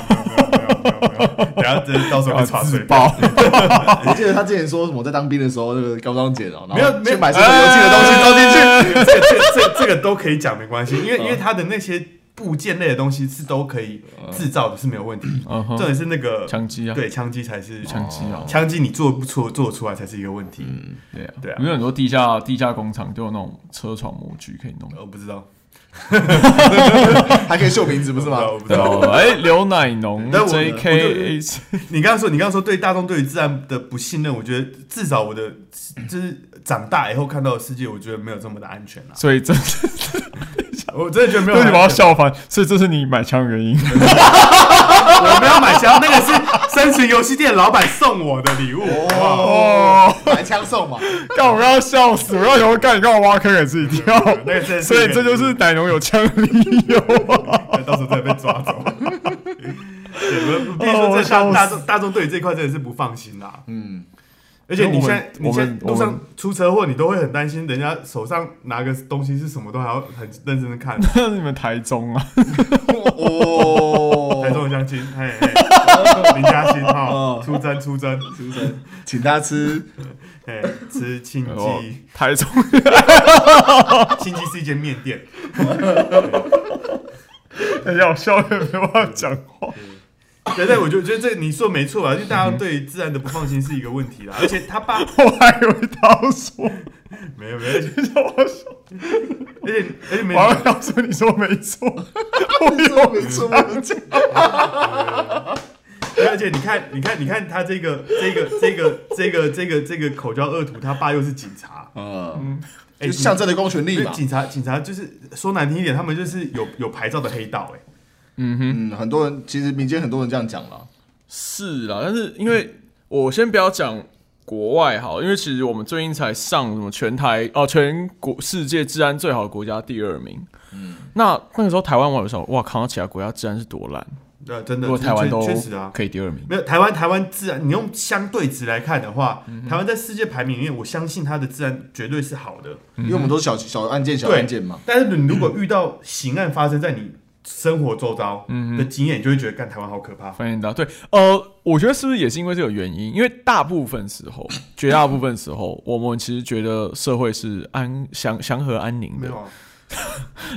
Speaker 3: 然后这到时候会查
Speaker 2: 自
Speaker 3: 水
Speaker 2: 爆！
Speaker 1: 我记得他之前说什么在当兵的时候那个高中姐哦，然后
Speaker 3: 没有没有
Speaker 1: 去买什么游戏的东西
Speaker 2: 哎
Speaker 1: 装进去。
Speaker 3: 这这这这个都可以讲没关系，因为
Speaker 2: 嗯
Speaker 3: 因为它的那些部件类的东西是都可以制造的，是没有问题。
Speaker 2: 嗯
Speaker 3: 重
Speaker 2: 哼，
Speaker 3: 点是那个
Speaker 2: 枪击啊，
Speaker 3: 对枪击才是
Speaker 2: 枪击啊，
Speaker 3: 枪击你做不出做出来才是一个问题。
Speaker 2: 对啊，
Speaker 3: 对啊
Speaker 2: 因为很多地下地下工厂都有那种车床模具可以弄。
Speaker 3: 我不知道，
Speaker 1: 还可以秀名字，不 是吗？哦
Speaker 3: 我不知
Speaker 2: 对
Speaker 3: 道。
Speaker 2: 啊， 哎，刘奶农
Speaker 3: 但我
Speaker 2: J
Speaker 3: 我就
Speaker 2: K
Speaker 3: 你刚刚说，你刚刚说对大众对于自然的不信任，我觉得至少我的就是长大以后看到的世界，我觉得没有这么的安全啦。
Speaker 2: 所以这啊
Speaker 3: 我真的觉得没有
Speaker 2: 为什么
Speaker 3: 很安全。
Speaker 2: 要笑 翻？所以这是你买枪的原因。
Speaker 3: 我没有买枪，那个是生存游戏店老板送我的礼物。哇，
Speaker 2: 哦，
Speaker 1: 买枪送嘛，
Speaker 2: 干！我要笑死！我要想说干，你让我挖坑给自己跳。
Speaker 3: 那个真 的是
Speaker 2: 所以这就是奶农有枪的理由 啊！
Speaker 3: 到时候再被抓走。对，我必
Speaker 2: 哦
Speaker 3: 须说，这大大众大众对于这一块真的是不放心啦。嗯，而且你现在
Speaker 2: 我们
Speaker 3: 你现在
Speaker 2: 我们
Speaker 3: 路
Speaker 2: 我们
Speaker 3: 上出车祸，你都会很担心，人家手上拿个东西是什么，都还要很认真的看。
Speaker 2: 那是你们台中啊，
Speaker 1: 哦
Speaker 2: 哦
Speaker 3: 台，中的相亲，嘿嘿，林嘉欣哈，出征出征出征，
Speaker 1: 请他吃，
Speaker 3: 哎，吃庆
Speaker 2: 哦
Speaker 3: 记，
Speaker 2: 台 中
Speaker 3: 庆记是一间面店，哎
Speaker 2: 很好笑，也没办法讲话。
Speaker 3: 对对，我就觉得这你说没错啊，就大家对自然的不放心是一个问题
Speaker 2: 嗯
Speaker 3: 啦，而且他 爸
Speaker 2: 我还以为他要说，
Speaker 3: 没有没有，而且
Speaker 2: 我说
Speaker 3: 而且而且没
Speaker 2: 我还要说，你说没 错，我
Speaker 1: 说
Speaker 2: 有
Speaker 1: 没错，
Speaker 3: 而且你看你看你看他这个这个这个这个这个这个口交恶徒，他爸又是警察，
Speaker 1: 嗯，哎
Speaker 3: 哎
Speaker 1: 就象征的公权力
Speaker 3: 因为
Speaker 1: 嘛，
Speaker 3: 警察警察就是说难听一点，他们就是有有牌照的黑道，哎，
Speaker 1: 嗯，很多人其实民间很多人这样讲了，
Speaker 2: 是啦，但是因为我先不要讲国外好了，因为其实我们最近才上什么全台哦、全国世界治安最好的国家第二名。嗯，那那个时候台湾网友说，哇靠，其他国家治安是多烂，
Speaker 3: 对，真的，
Speaker 2: 如果
Speaker 3: 确
Speaker 2: 台湾都
Speaker 3: 确确实啊，
Speaker 2: 可以第二名，
Speaker 3: 没有台湾，台湾自然，你用相对值来看的话，台湾在世界排名里面，我相信它的自然绝对是好的。
Speaker 1: 因为我们都是小小案件、小
Speaker 3: 对
Speaker 1: 案件嘛。
Speaker 3: 但是你如果遇到刑案发生在你生活周遭的经验，你就会觉得干台湾好可怕。
Speaker 2: 发现到对，呃，我觉得是不是也是因为这个原因？因为大部分时候，绝大部分时候，我们其实觉得社会是安祥祥和安宁
Speaker 3: 没
Speaker 2: 的
Speaker 3: 有。啊，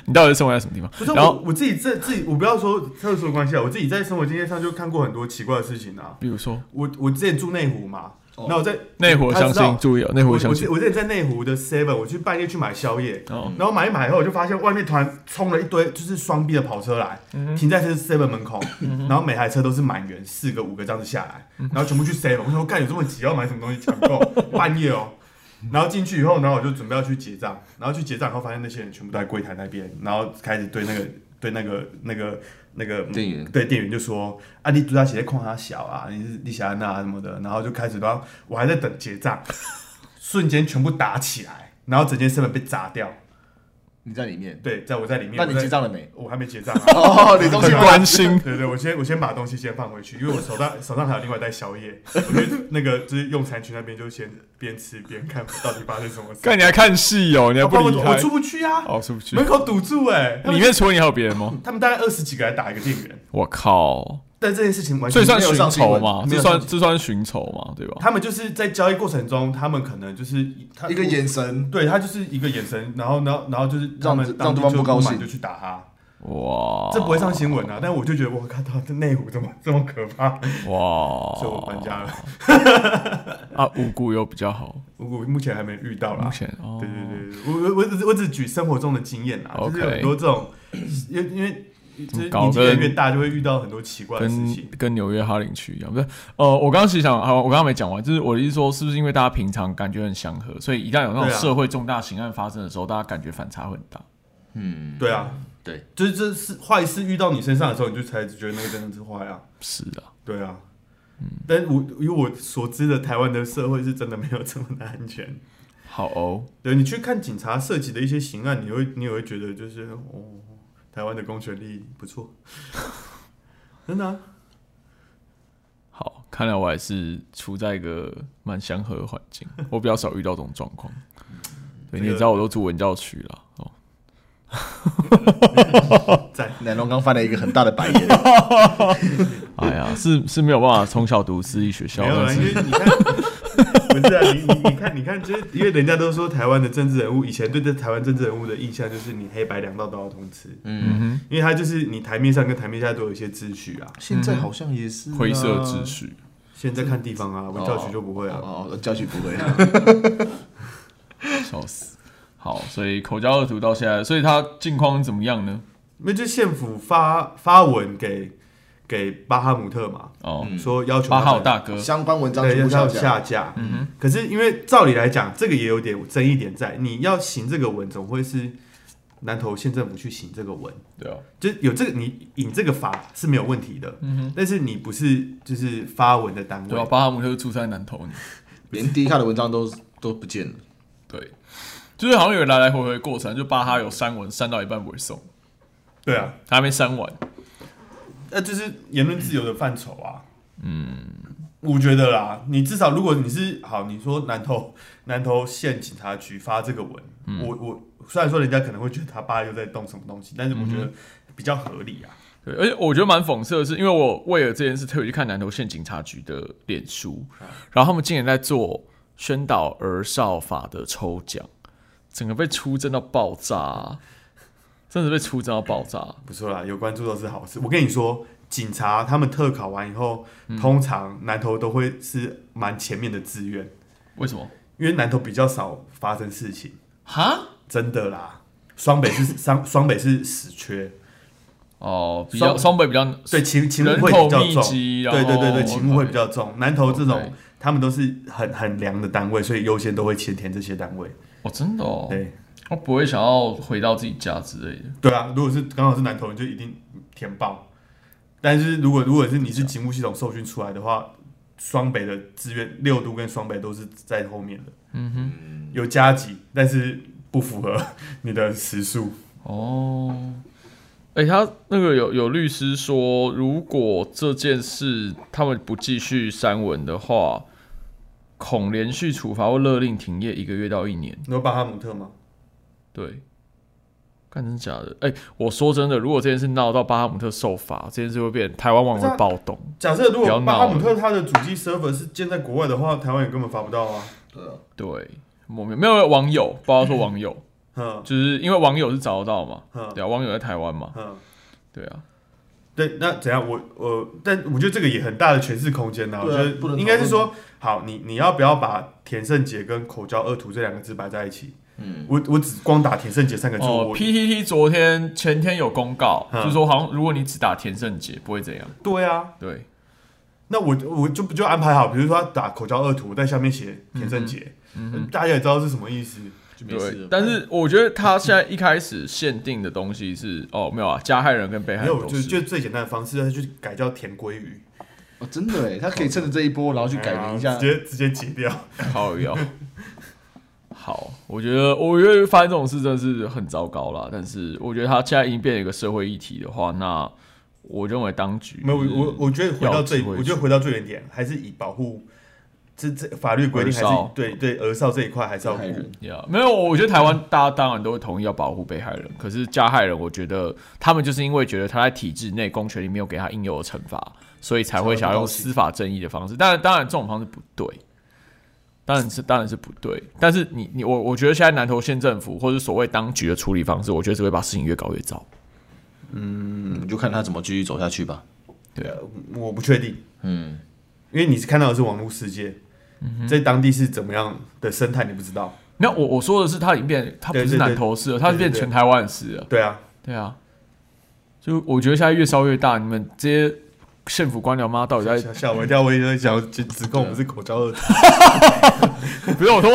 Speaker 2: 你到底是生活在什么地方
Speaker 3: 不是？
Speaker 2: 然后
Speaker 3: 我我自己这自己，我不要说特殊的关系啊，我自己在生活经验上就看过很多奇怪的事情啊。
Speaker 2: 比如说
Speaker 3: 我我之前住内湖嘛，那我在
Speaker 2: 内湖，
Speaker 3: 他
Speaker 2: 相
Speaker 3: 知道
Speaker 2: 信注意哦，内
Speaker 3: 我
Speaker 2: 湖
Speaker 3: 我
Speaker 2: 相
Speaker 3: 之
Speaker 2: 信
Speaker 3: 我之前在内湖的 Seven，我去半夜去买宵夜，
Speaker 2: 哦
Speaker 3: 然后买一买以后，我就发现外面突然冲了一堆就是双臂的跑车来，
Speaker 2: 嗯
Speaker 3: 停在 Seven 门口，然后每台车都是满员，四个五个这样子下来，然后全部去 Seven，我想说干有这么急要买什么东西抢购，半夜哦。然后进去以后，然后我就准备要去结账，然后去结账以后，发现那些人全部都在柜台那边，然后开始对那个对那个那个那个
Speaker 1: 店员
Speaker 3: 对店员就说啊，你主要写在框他小啊，你是你想要那什么的，然后就开始，然后我还在等结账，瞬间全部打起来，然后整间 seven 被砸掉。
Speaker 1: 你在里面，
Speaker 3: 对，在我在里面，
Speaker 1: 那你
Speaker 3: 我在
Speaker 1: 结账了没？
Speaker 3: 我还没结账、啊。
Speaker 1: 哦， 你东西
Speaker 2: 很关心，
Speaker 3: 对对，我先我先把东西先放回去，因为我手上手上还有另外一袋宵夜，我去那个就是用餐区那边就先边吃边看到底发生什么事。
Speaker 2: 看你还看戏哦，你还
Speaker 3: 我
Speaker 2: 不
Speaker 3: 我
Speaker 2: 离开
Speaker 3: 我出不去啊，
Speaker 2: 哦，出不去
Speaker 3: 门。口堵住哎、他
Speaker 2: 里
Speaker 3: 们
Speaker 2: 面除了你还有别人吗？
Speaker 3: 他们大概二十几个来打一个店员，
Speaker 2: 我靠！
Speaker 3: 但这件事情完
Speaker 2: 所
Speaker 3: 全
Speaker 2: 以算
Speaker 1: 没有
Speaker 2: 寻
Speaker 1: 上
Speaker 2: 仇嘛？
Speaker 1: 新闻没
Speaker 2: 这
Speaker 1: 有
Speaker 2: 算
Speaker 1: 上
Speaker 2: 这算寻仇嘛？对吧？
Speaker 3: 他们就是在交易过程中，他们可能就是他
Speaker 1: 一个眼神，
Speaker 3: 对他就是一个眼神，然后然后然后就是他
Speaker 1: 让
Speaker 3: 们
Speaker 1: 让
Speaker 3: 当地
Speaker 1: 对方
Speaker 3: 就
Speaker 1: 不高
Speaker 3: 满
Speaker 1: 兴
Speaker 3: 就去打他。
Speaker 2: 哇！
Speaker 3: 这不会上新闻啊，但我就觉得我靠，他这内湖怎么这么可怕，
Speaker 2: 哦哇！
Speaker 3: 所以我搬家了。
Speaker 2: 啊，五谷又比较好，
Speaker 3: 我我目前还没遇到啦
Speaker 2: 目。前哦
Speaker 3: 啊对，对对，我我我只我只举生活中的经验啦，就是有
Speaker 2: OK
Speaker 3: 很多这种，因为因为就是
Speaker 2: 搞
Speaker 3: 年纪越来
Speaker 2: 跟
Speaker 3: 越大，就会遇到很多奇怪的事
Speaker 2: 跟
Speaker 3: 情。
Speaker 2: 跟纽约哈林区一样，不是？呃，我刚刚其实想，好，我刚刚没讲完，就是我的意思说，是不是因为大家平常感觉很祥和，所以一旦有那种
Speaker 3: 对啊
Speaker 2: 社会重大刑案发生的时候，大家感觉反差会很大。
Speaker 1: 嗯，
Speaker 3: 对啊，
Speaker 1: 对，
Speaker 3: 就是这是坏事遇到你身上的时候，你就才觉得那个真的是坏啊。
Speaker 2: 是啊，
Speaker 3: 对啊，
Speaker 2: 嗯
Speaker 3: 但我以我所知的台湾的社会是真的没有这么的安全。
Speaker 2: 好哦，
Speaker 3: 对你去看警察涉及的一些刑案，你会你也会觉得就是哦，台湾的公权力不错， 真的、啊。
Speaker 2: 好，看来我还是处在一个蛮祥和的环境，我比较少遇到这种状况。对，你也知道我都住文教区了哦。
Speaker 1: 奶龙刚翻了一个很大的白眼。
Speaker 2: 哎呀，是是没有办法从小读私立学校，
Speaker 3: 没有
Speaker 2: 但
Speaker 3: 啦，因
Speaker 2: 是
Speaker 3: 为你看， 不是啊，你你你看，你看，就是因为人家都说台湾的政治人物以前对这台湾政治人物的印象就是你黑白两道都要通吃，
Speaker 2: 嗯哼。
Speaker 3: 因为他就是你台面上跟台面下都有一些秩序啊。
Speaker 1: 现在好像也是啊
Speaker 2: 灰色秩。序。
Speaker 3: 现在看地方啊，文教区就不会啊。
Speaker 1: 哦，教区不会。
Speaker 2: 笑死。好，所以口交恶徒到现在，所以他近况怎么样呢？
Speaker 3: 那就县府发发文给给巴哈姆特嘛，
Speaker 2: 哦，
Speaker 3: 说要求
Speaker 2: 八
Speaker 3: 他
Speaker 2: 号
Speaker 3: 们
Speaker 2: 大 哥，
Speaker 1: 相关文章
Speaker 3: 对
Speaker 1: 全部
Speaker 3: 要
Speaker 1: 下架。
Speaker 3: 下架。
Speaker 2: 嗯
Speaker 3: 可是因为照理来讲，这个也有点争议点在，你要行这个文，总会是南投县政府去行这个文。
Speaker 2: 对啊，
Speaker 3: 就是有这个你引这个法是没有问题的，但是你不是就是发文的单
Speaker 2: 对啊，
Speaker 3: 位，
Speaker 2: 巴哈姆特是住在南投，
Speaker 1: 连低卡的文章都都不见了。
Speaker 2: 对，就是好像有来来回回的过程，就巴哈有删文，删到一半不会送，
Speaker 3: 对啊，
Speaker 2: 他还没删完，
Speaker 3: 那就是言论自由的范畴啊。嗯，我觉得啦，你至少如果你是好，你说南投南投县警察局发这个文，我我虽然说人家可能会觉得他爸又在动什么东西，但是我觉得比较合理啊。
Speaker 2: 对，而且我觉得蛮讽刺的是，因为我为了这件事特别去看南投县警察局的脸书，然后他们竟然在做宣导儿少法的抽奖，整个被出征到爆炸啊，真的被出征到爆炸。
Speaker 3: 不错啦，有关注都是好事。我跟你说，警察他们特考完以后，通常南投都会是蛮前面的志愿。
Speaker 2: 为什么？
Speaker 3: 因为南投比较少发生事情，
Speaker 2: 哈？
Speaker 3: 真的啦。双 北是双双北是死缺，
Speaker 2: 哦，比较
Speaker 3: 双
Speaker 2: 双北比较
Speaker 3: 对勤勤
Speaker 2: 人
Speaker 3: 务会
Speaker 2: 口
Speaker 3: 比较
Speaker 2: 密
Speaker 3: 重，
Speaker 2: 集然后
Speaker 3: 对对对对，勤务会比较重。南投这
Speaker 2: OK
Speaker 3: 种他们都是很很凉的单位，所以优先都会先填这些单位。
Speaker 2: 哦，真的哦，
Speaker 3: 对
Speaker 2: 他不会想要回到自己家之类的。
Speaker 3: 对啊，如果是刚好是南投，
Speaker 2: 啊
Speaker 3: 你就一定填报。但是如果如果是你是勤务系统受训出来的话，双北的志愿六都跟双北都是在后面的，嗯哼，有加急，但是不符合你的时速。
Speaker 2: 哦，哎、他那个有有律师说，如果这件事他们不继续删文的话，恐连续处罚或勒令停业一个月到一年。
Speaker 3: 你说巴哈姆特吗？
Speaker 2: 对，干真假的？哎、我说真的，如果这件事闹到巴哈姆特受罚，这件事会变台湾网
Speaker 3: 不是
Speaker 2: 会
Speaker 3: 啊
Speaker 2: 暴动。
Speaker 3: 假设如
Speaker 2: 不要
Speaker 3: 果
Speaker 2: 闹
Speaker 3: 巴哈姆特它的主机 server 是建在国外的话，台湾也根本发不到啊。
Speaker 2: 对，莫名没有网友，不要说网友，
Speaker 3: 嗯
Speaker 2: 就是因为网友是找得到嘛，
Speaker 3: 嗯
Speaker 2: 对啊，网友在台湾嘛，
Speaker 3: 嗯，
Speaker 2: 对啊，
Speaker 3: 对，那怎样？我我，但我觉得这个也很大的诠释空间呐、我
Speaker 1: 对
Speaker 3: 觉
Speaker 1: 啊
Speaker 3: 得
Speaker 1: 不能
Speaker 3: 应该是
Speaker 1: 讨论
Speaker 3: 说，好，你你要不要把田胜杰跟口交恶徒这两个字摆在一起？嗯，我我只光打田胜杰三个字，
Speaker 2: 哦
Speaker 3: 我
Speaker 2: ，PTT 昨天前天有公告，
Speaker 3: 嗯
Speaker 2: 就说好像如果你只打田胜杰不会怎样，
Speaker 3: 对啊，
Speaker 2: 对，
Speaker 3: 那我我就不就安排好，比如说他打口交恶徒，在下面写田胜杰，
Speaker 1: 嗯
Speaker 3: 嗯大家也知道是什么意思。
Speaker 1: 就没事
Speaker 2: 对
Speaker 1: 了。，
Speaker 2: 但是我觉得他现在一开始限定的东西是哦没有啊，加害人跟被害
Speaker 3: 没
Speaker 2: 人
Speaker 3: 有，
Speaker 2: 都，
Speaker 3: 就是就最简单的方式，他就改叫田鲑鱼，
Speaker 1: 哦，真的哎，他可以趁着这一波，然后去改名一下
Speaker 3: 直。接直接解掉。
Speaker 2: 好要。 好，我觉得我觉得发生这种事真的是很糟糕啦。但是我觉得他现在已经变成一个社会议题的话，那我认为当局
Speaker 3: 没有，我我我觉得回到最，
Speaker 2: 要智慧
Speaker 3: 我觉得回到最原点，还是以保护这这法律规定，还
Speaker 2: 儿少
Speaker 3: 是对对儿少这一块还是要
Speaker 1: 害
Speaker 3: 顾。
Speaker 1: 人
Speaker 2: 呀没有，我觉得台湾大家当然都会同意要保护被害人，可是加害人，我觉得他们就是因为觉得他在体制内公权力没有给他应有的惩罚，所以才会想要用司法正义的方式。当然，当然这种方式不对，当然是当然是不对。但是你你我我觉得现在南投县政府或者所谓当局的处理方式，我觉得只会把事情越搞越糟。
Speaker 1: 嗯，你就看他怎么继续走下去吧。
Speaker 3: 我不确定，
Speaker 1: 嗯，
Speaker 3: 因为你是看到的是网络世界，
Speaker 2: 嗯
Speaker 3: 在当地是怎么样的生态，你不知道。
Speaker 2: 没有，我我说的是他已经变，他不
Speaker 3: 对
Speaker 2: 是
Speaker 3: 对对
Speaker 2: 南投市了，他是变
Speaker 3: 对对对
Speaker 2: 全台湾的事了。
Speaker 3: 对啊，
Speaker 2: 对啊，就我觉得现在越烧越大，你们这些县府官僚妈到底在
Speaker 3: 吓吓我一跳，我以为想要指指控我们是口交恶徒。
Speaker 2: 不是我说，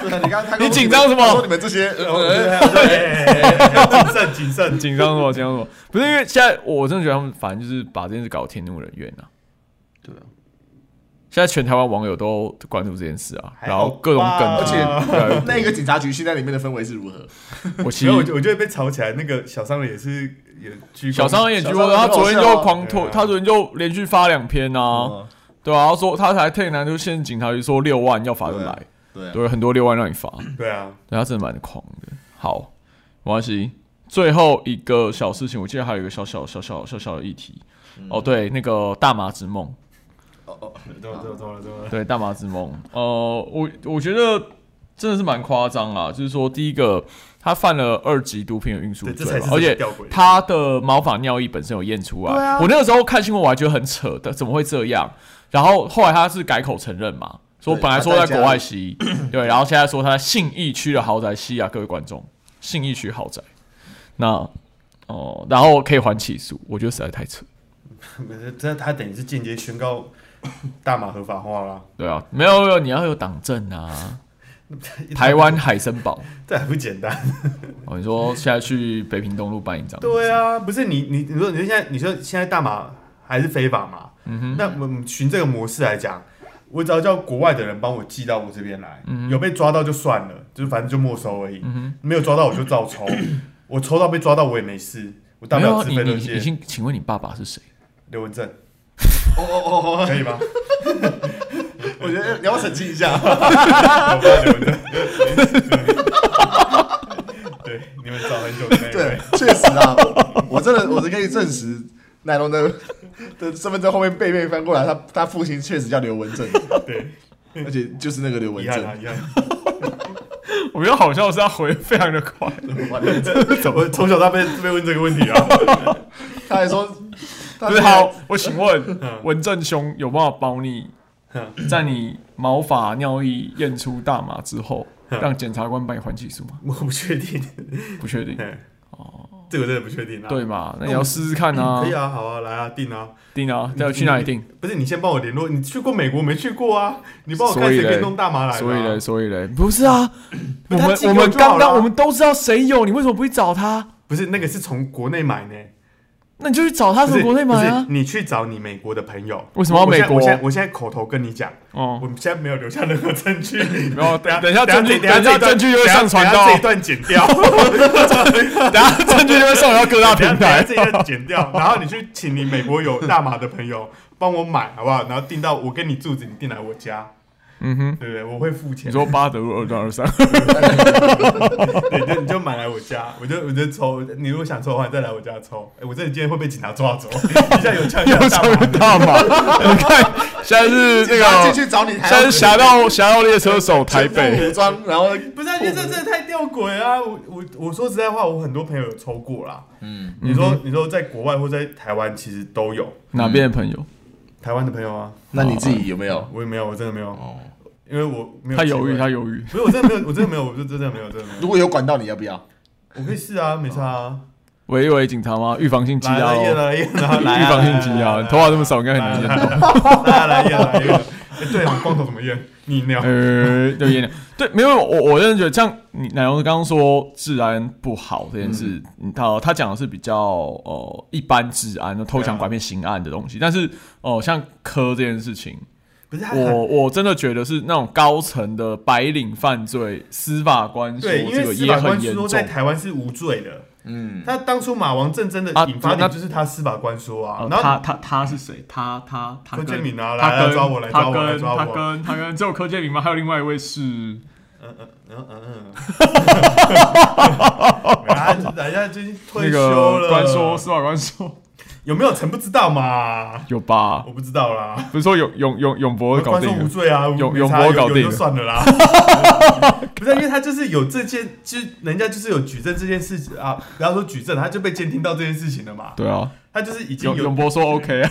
Speaker 1: 对啊，你刚刚
Speaker 2: 你紧张什么
Speaker 1: 你们这些，
Speaker 2: 啊
Speaker 3: 啊对，谨慎谨 慎。
Speaker 2: 紧张什么？紧张什么？不是因为现在我真的觉得他们反正就是把这件事搞得天怒人怨啊。
Speaker 1: 对啊，
Speaker 2: 现在全台湾网友都关注这件事啊，
Speaker 3: 还
Speaker 2: 然
Speaker 3: 好吧
Speaker 2: 后各种梗图，
Speaker 1: 而且
Speaker 2: 越来越多
Speaker 1: 那个警察局现在里面的氛围是如何？
Speaker 2: 我其
Speaker 3: 没有，我觉
Speaker 2: 实
Speaker 3: 得我觉得被吵起来，那个小商人也是也鞠躬
Speaker 2: 小商人也觉
Speaker 1: 小商
Speaker 2: 得他
Speaker 1: 人
Speaker 2: 昨天
Speaker 1: 很好
Speaker 2: 就
Speaker 1: 笑啊
Speaker 2: 狂推，
Speaker 3: 对啊
Speaker 2: 他昨天就连续发两篇啊，
Speaker 1: 哦，
Speaker 2: 对啊，他说他才退南就县警察局说六万要罚就
Speaker 1: 对啊
Speaker 2: 来，
Speaker 1: 对啊，
Speaker 2: 对，很多六万让你罚，
Speaker 3: 对啊，
Speaker 2: 对他真的蛮狂的。好，没关系。最后一个小事情，我记得还有一个小小小小小小的议题。
Speaker 1: 嗯
Speaker 2: 哦，对，那个大麻之梦，
Speaker 1: 哦哦，
Speaker 3: 怎么怎么怎么怎么？
Speaker 2: 对大麻之梦。呃，我我觉得真的是蛮夸张啦，就是说，第一个他犯了二级毒品的运输
Speaker 3: 对，这
Speaker 2: 罪
Speaker 3: 才
Speaker 2: 嘛
Speaker 3: 是，
Speaker 2: 而且
Speaker 3: 吊诡。
Speaker 2: 他的毛发尿液本身有验出来。我那个时候看新闻，我还觉得很扯的，怎么会这样？然后后来他是改口承认嘛，说
Speaker 1: 对
Speaker 2: 本来说
Speaker 1: 他在
Speaker 2: 在
Speaker 1: 家
Speaker 2: 国外
Speaker 1: 里
Speaker 2: 吸，对，然后现在说他在信义区的豪宅吸啊，各位观众，信义区豪宅，那哦、然后可以还起诉，我觉得实在太扯。
Speaker 3: 这他等于是间接宣告大麻合法化啦，
Speaker 2: 对啊，没有没有，你要有党证 啊，台湾海森堡。
Speaker 3: 这还不简单？
Speaker 2: 哦，你说现在去北平东路办一张，
Speaker 3: 对啊，不是你你你说你说现在你说现在大麻还是非法嘛？
Speaker 2: 嗯
Speaker 3: 那我们循这个模式来讲。我只要叫国外的人帮我寄到我这边来，
Speaker 2: 嗯
Speaker 3: 有被抓到就算了，就是反正就没收而已。没有抓到我就照 抽，我抽到被抓到我也没事，我大
Speaker 2: 没
Speaker 3: 不
Speaker 2: 有
Speaker 3: 了
Speaker 2: 啊
Speaker 3: 自
Speaker 2: 你
Speaker 3: 费
Speaker 2: 你
Speaker 3: 乐
Speaker 2: 你
Speaker 3: 界。
Speaker 2: 请请问你爸爸是谁？
Speaker 3: 刘文正
Speaker 1: 哦哦哦，
Speaker 3: 可以吗？
Speaker 1: 我觉得你要澄清一下，
Speaker 3: 我爸刘文正，对，你们找很久的那一
Speaker 1: 对
Speaker 3: 位，，
Speaker 1: 确实啊，我我真的我是可以证实奶龙的 的身份证后面背面翻过来，他他父亲确实叫刘文正，
Speaker 3: 对，
Speaker 1: 而且就是那个刘文
Speaker 3: 遗憾啊，
Speaker 1: 正，
Speaker 3: 遗憾。
Speaker 2: 我觉得好笑是他回非常的快，
Speaker 3: 我从小到被被问这个问题啊，
Speaker 1: 他还说，他
Speaker 2: 对，啊 好，我请
Speaker 3: 嗯
Speaker 2: 问文正兄有办法帮你在你毛发尿液验出大麻之后，
Speaker 3: 嗯
Speaker 2: 让检察官帮你还起诉吗？
Speaker 3: 我不确定，
Speaker 2: 不确
Speaker 3: 嗯
Speaker 2: 定，
Speaker 3: 这个真的不确定啊。
Speaker 2: 对，嘛？那你要试试看啊
Speaker 3: 可以，啊，嗯好啊，来啊，定啊。
Speaker 2: 定啊，要去哪里定？
Speaker 3: 不是你先帮我联络，你去过美国没去过啊？你帮我
Speaker 2: 所
Speaker 3: 看
Speaker 2: 以
Speaker 3: 谁
Speaker 2: 嘞
Speaker 3: 可以弄大麻来、啊
Speaker 2: 所以嘞，所以嘞，不是啊，我
Speaker 3: 不他
Speaker 2: 们
Speaker 3: 寄给
Speaker 2: 我
Speaker 3: 我
Speaker 2: 们
Speaker 3: 就好
Speaker 2: 刚刚
Speaker 3: 了啊
Speaker 2: 我们都知道谁有，你为什么不去找他？
Speaker 3: 不是那个是从国内买呢？
Speaker 2: 那你就去找他
Speaker 3: 不
Speaker 2: 从
Speaker 3: 是
Speaker 2: 国内买啊
Speaker 3: 不是。你去找你美国的朋友。
Speaker 2: 为什么要
Speaker 3: 我现
Speaker 2: 美
Speaker 3: 在
Speaker 2: 国
Speaker 3: 我现在我现在口头跟你讲，
Speaker 2: 哦
Speaker 3: 我们现在没有留下任何证据。
Speaker 2: 没有
Speaker 3: 等
Speaker 2: 等一下证据
Speaker 3: 等一
Speaker 2: 等一下
Speaker 3: 这一段
Speaker 2: 证据就会上传
Speaker 3: 等一下
Speaker 2: 到
Speaker 3: 这一段剪 掉，
Speaker 2: 等一下证据就会上传到各大
Speaker 3: 等一
Speaker 2: 平
Speaker 3: 下
Speaker 2: 台。
Speaker 3: 这一段 剪掉，然后你去请你美国有大码的朋友帮我买，好不好？然后订到我跟你住址，你订来我家，
Speaker 2: 嗯哼，
Speaker 3: 对不对？我会付钱
Speaker 2: 你。说八得入二段二三，
Speaker 3: 对，你就你就买来我家，我就我就抽。你如果想抽的话，你再来我家抽。哎、我这里今天会被警察抓走， 一下 有枪，一下
Speaker 2: 又
Speaker 3: 有
Speaker 2: 上大
Speaker 3: 大麻。
Speaker 2: 嘛？你看，现在是那
Speaker 1: 然后
Speaker 2: 个，哦
Speaker 1: 进去找你，
Speaker 2: 现在是侠盗侠盗猎车手台北。
Speaker 1: 武装，然后
Speaker 3: 不是、啊，因为这真的太吊诡啊！我我我说实在话，我很多朋友有抽过啦。嗯，你说你说在国外或在台湾，其实都有
Speaker 2: 哪边的朋友？
Speaker 3: 台湾的朋友啊，
Speaker 1: 那你自己有没有？
Speaker 3: 我也没有，我真的没有，
Speaker 1: 哦，
Speaker 3: 因为我没有。
Speaker 2: 他犹豫，他。犹豫。
Speaker 3: 不是，我真的没有，我真的没有，我就真的没有，真的没有。
Speaker 1: 如果有管道，你要不要？
Speaker 3: 我可以试啊，没差啊。
Speaker 2: 喂喂，警察吗？预防性羁
Speaker 3: 来
Speaker 2: 押
Speaker 3: 来验
Speaker 2: 哦哦，
Speaker 3: 来 验啊，来啊
Speaker 2: 预防性羁押。你头啊发这么少，应该很难验。
Speaker 3: 来啊来验来验。对啊，光头怎么验？你尿。
Speaker 2: 呃，对，有点对，没有我，我真的觉得这样，你奶油刚刚说治安不好这件事，嗯、他他讲的是比较呃一般治安，偷抢拐骗刑案的东西，但是哦、呃像科这件事情，
Speaker 3: 不是他很
Speaker 2: 我我真的觉得是那种高层的白领犯罪，司法官说
Speaker 3: 对，因
Speaker 2: 这
Speaker 3: 为
Speaker 2: 个
Speaker 3: 司
Speaker 2: 也
Speaker 3: 法官
Speaker 2: 很严
Speaker 3: 说
Speaker 2: 重
Speaker 3: 在台湾是无罪的。
Speaker 1: 嗯，
Speaker 3: 他当初马王正争的
Speaker 2: 啊
Speaker 3: 引发
Speaker 2: 那
Speaker 3: 点就是他司法官说啊
Speaker 2: 呃，
Speaker 3: 然
Speaker 2: 他
Speaker 3: 后
Speaker 2: 他他是谁？他他他
Speaker 3: 柯
Speaker 2: 跟
Speaker 3: 建明啊，
Speaker 2: 他
Speaker 3: 来来
Speaker 2: 跟
Speaker 3: 抓我，来抓
Speaker 2: 他
Speaker 3: 我，来
Speaker 2: 跟
Speaker 3: 抓
Speaker 2: 他
Speaker 3: 我。
Speaker 2: 跟他跟只有柯建明吗？还有另外一位是
Speaker 3: 嗯嗯嗯嗯嗯。啊，等一下，最近退
Speaker 2: 那
Speaker 3: 休
Speaker 2: 个
Speaker 3: 了。
Speaker 2: 官说司法官说
Speaker 3: 有没有成不知道嘛？
Speaker 2: 有吧？
Speaker 3: 我不知道啦。
Speaker 2: 不是说永永永永博搞
Speaker 3: 官说
Speaker 2: 定
Speaker 3: 无
Speaker 2: 了，
Speaker 3: 罪啊，
Speaker 2: 永
Speaker 3: 没
Speaker 2: 永
Speaker 3: 差
Speaker 2: 博
Speaker 3: 有
Speaker 2: 搞
Speaker 3: 有
Speaker 2: 定
Speaker 3: 就
Speaker 2: 了
Speaker 3: 算 了啦。不是，因为他就是有这件，就是人家就是有举证这件事情啊，不要说举证，他就被监听到这件事情了嘛。
Speaker 2: 对啊，
Speaker 3: 他就是已经
Speaker 2: 永
Speaker 3: 有
Speaker 2: 永博说 OK 啊，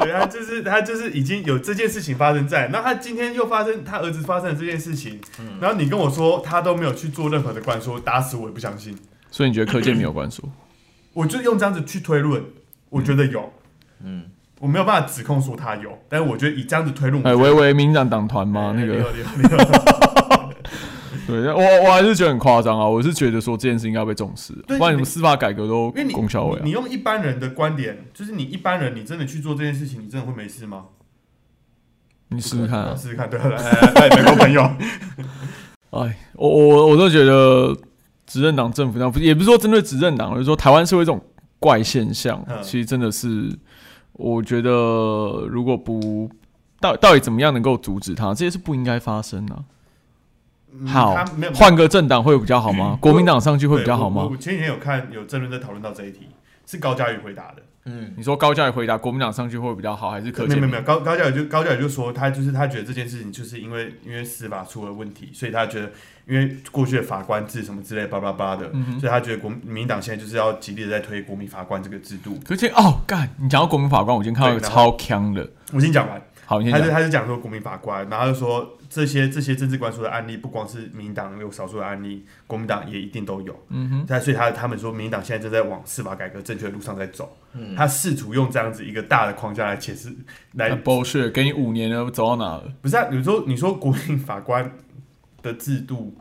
Speaker 3: 对，他就是他就是已经有这件事情发生在，那他今天又发生他儿子发生了这件事情，
Speaker 2: 嗯
Speaker 3: 然后你跟我说他都没有去做任何的灌输，打死我也不相信。
Speaker 2: 所以你觉得柯建没有关说？
Speaker 3: 我就用这样子去推论，我觉得有，嗯，我没有办法指控说他有，但是我觉得以这样子推论，
Speaker 2: 哎，
Speaker 3: 我哎
Speaker 2: 维维民进党党团吗？那
Speaker 3: 六
Speaker 2: 个
Speaker 3: 六六六
Speaker 2: 对，我我还是觉得很夸张啊，我是觉得说这件事应该要被重视，不
Speaker 3: 对
Speaker 2: 然你们司法改革都
Speaker 3: 因为你
Speaker 2: 功效
Speaker 3: 你你
Speaker 2: 为啊。
Speaker 3: 用一般人的观点，就是你一般人，你真的去做这件事情，你真的会没事吗？
Speaker 2: 你试试看啊！
Speaker 3: 试试看，对，来 来来，来美国朋友，
Speaker 2: 哎，我我我都觉得执政党政府那不是也不是说针对执政党，而是说台湾社会这种怪现象，
Speaker 3: 嗯
Speaker 2: 其实真的是我觉得如果不到到底怎么样能够阻止它，这些是不应该发生的啊、
Speaker 3: 嗯
Speaker 2: 好
Speaker 3: 他没有，嗯
Speaker 2: 换个政党会比较好吗？国民党上去会比较好
Speaker 3: 对我
Speaker 2: 吗
Speaker 3: 我？我前几天有看有政论在讨论到这一题，是高嘉瑜回答的。
Speaker 1: 嗯，
Speaker 2: 你说高嘉宇回答国民党上去会比较好，还是柯
Speaker 3: 没
Speaker 2: 建
Speaker 3: 有
Speaker 2: 铭
Speaker 3: 没有，高高嘉宇就高嘉宇就说他就是他觉得这件事情就是因为因为司法出了问题，所以他觉得因为过去的法官制什么之类巴拉巴拉
Speaker 2: 嗯
Speaker 3: 的，所以他觉得国民党现在就是要极力的在推国民法官这个制度。
Speaker 2: 柯建哦，干！你讲到国民法官，我今天看到一个
Speaker 3: 对然后
Speaker 2: 超强的。
Speaker 3: 我先讲完，
Speaker 2: 好，你先
Speaker 3: 他就
Speaker 2: 讲。
Speaker 3: 他就讲说国民法官，然后他就说这些这些政治官说的案例，不光是民进党有少数的案例，国民党也一定都有。
Speaker 2: 嗯哼，
Speaker 3: 他所以他他们说，民进党现在正在往司法改革正确的路上在走，
Speaker 2: 嗯
Speaker 3: 他试图用这样子一个大的框架来解释，来
Speaker 2: 很 bullshit，给你五年了，走到哪了？
Speaker 3: 不是、啊、你说你说国民法官的制度，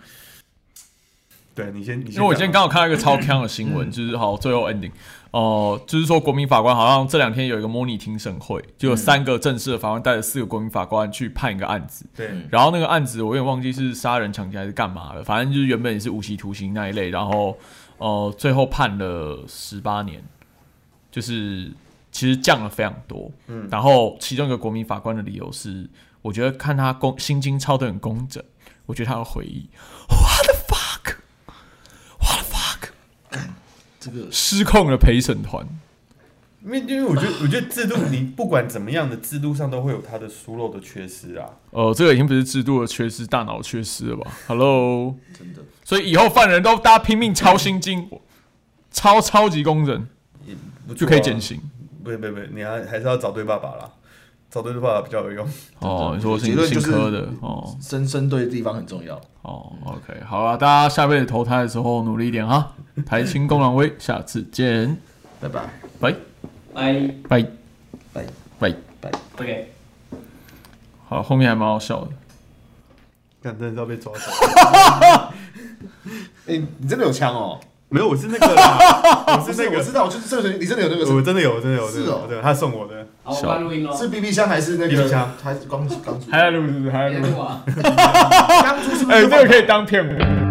Speaker 3: 对你先你先
Speaker 2: 因为
Speaker 3: 讲嗯吧，
Speaker 2: 我今天刚好看到一个超强的新闻，就是好最后 ending，哦、就是说国民法官好像这两天有一个模拟庭审会，
Speaker 3: 嗯
Speaker 2: 就有三个正式的法官带着四个国民法官去判一个案子，
Speaker 3: 对
Speaker 1: 嗯
Speaker 2: 然后那个案子我有点忘记是杀人、抢劫还是干嘛了，反正就是原本也是无期徒刑那一类，然后呃最后判了十八年，就是其实降了非常多。嗯，然后其中一个国民法官的理由是，我觉得看他工心经抄得很工整，我觉得他有回忆。What the fuck? What the fuck?
Speaker 1: 这个
Speaker 2: 失控了陪审团。
Speaker 3: 因为因为我觉得我觉得制度你不管怎么样的制度上都会有它的疏漏的缺失啊，
Speaker 2: 呃，这个已经不是制度的缺失，大脑的缺失了吧？Hello，
Speaker 1: 真的
Speaker 2: 所以以后犯人都大家拼命抄心经，抄超级工整。
Speaker 3: 不
Speaker 2: 就可以减。刑。
Speaker 3: 不不不，你还还是要找对爸爸啦，找对爸爸比较有用。
Speaker 2: 哦，你说
Speaker 1: 啊结
Speaker 2: 新
Speaker 1: 论就是
Speaker 2: 新科的哦
Speaker 1: 深深对地方很重要。
Speaker 2: 哦，OK，好啊，大家下辈子投胎的时候努力一 点哈。台青公狼威，下次见，
Speaker 1: 拜拜。
Speaker 2: 拜
Speaker 4: 拜
Speaker 2: 拜
Speaker 1: 拜
Speaker 2: 拜。
Speaker 4: ，OK。
Speaker 2: 好，后面还蛮好笑的。
Speaker 3: 看，真的是要被抓走。
Speaker 1: 哎、你真的有枪哦？
Speaker 3: 没有，我是那个 啦，我是那
Speaker 1: 我
Speaker 3: 个
Speaker 1: 知，道，就是这个，你真的有那个
Speaker 3: 我真的有，我真的有，我真的
Speaker 1: 是哦
Speaker 3: 有，对，他送我的，
Speaker 5: 好，我关录音喽。
Speaker 1: 是 BB 枪还是那
Speaker 3: BB
Speaker 1: 个
Speaker 3: 枪
Speaker 1: 还是钢钢珠？
Speaker 2: 还在录是不是？还在
Speaker 5: 别
Speaker 2: 录。
Speaker 5: 录啊。
Speaker 1: 钢珠是不
Speaker 2: 哎，
Speaker 1: 是
Speaker 2: 这个可以当片尾。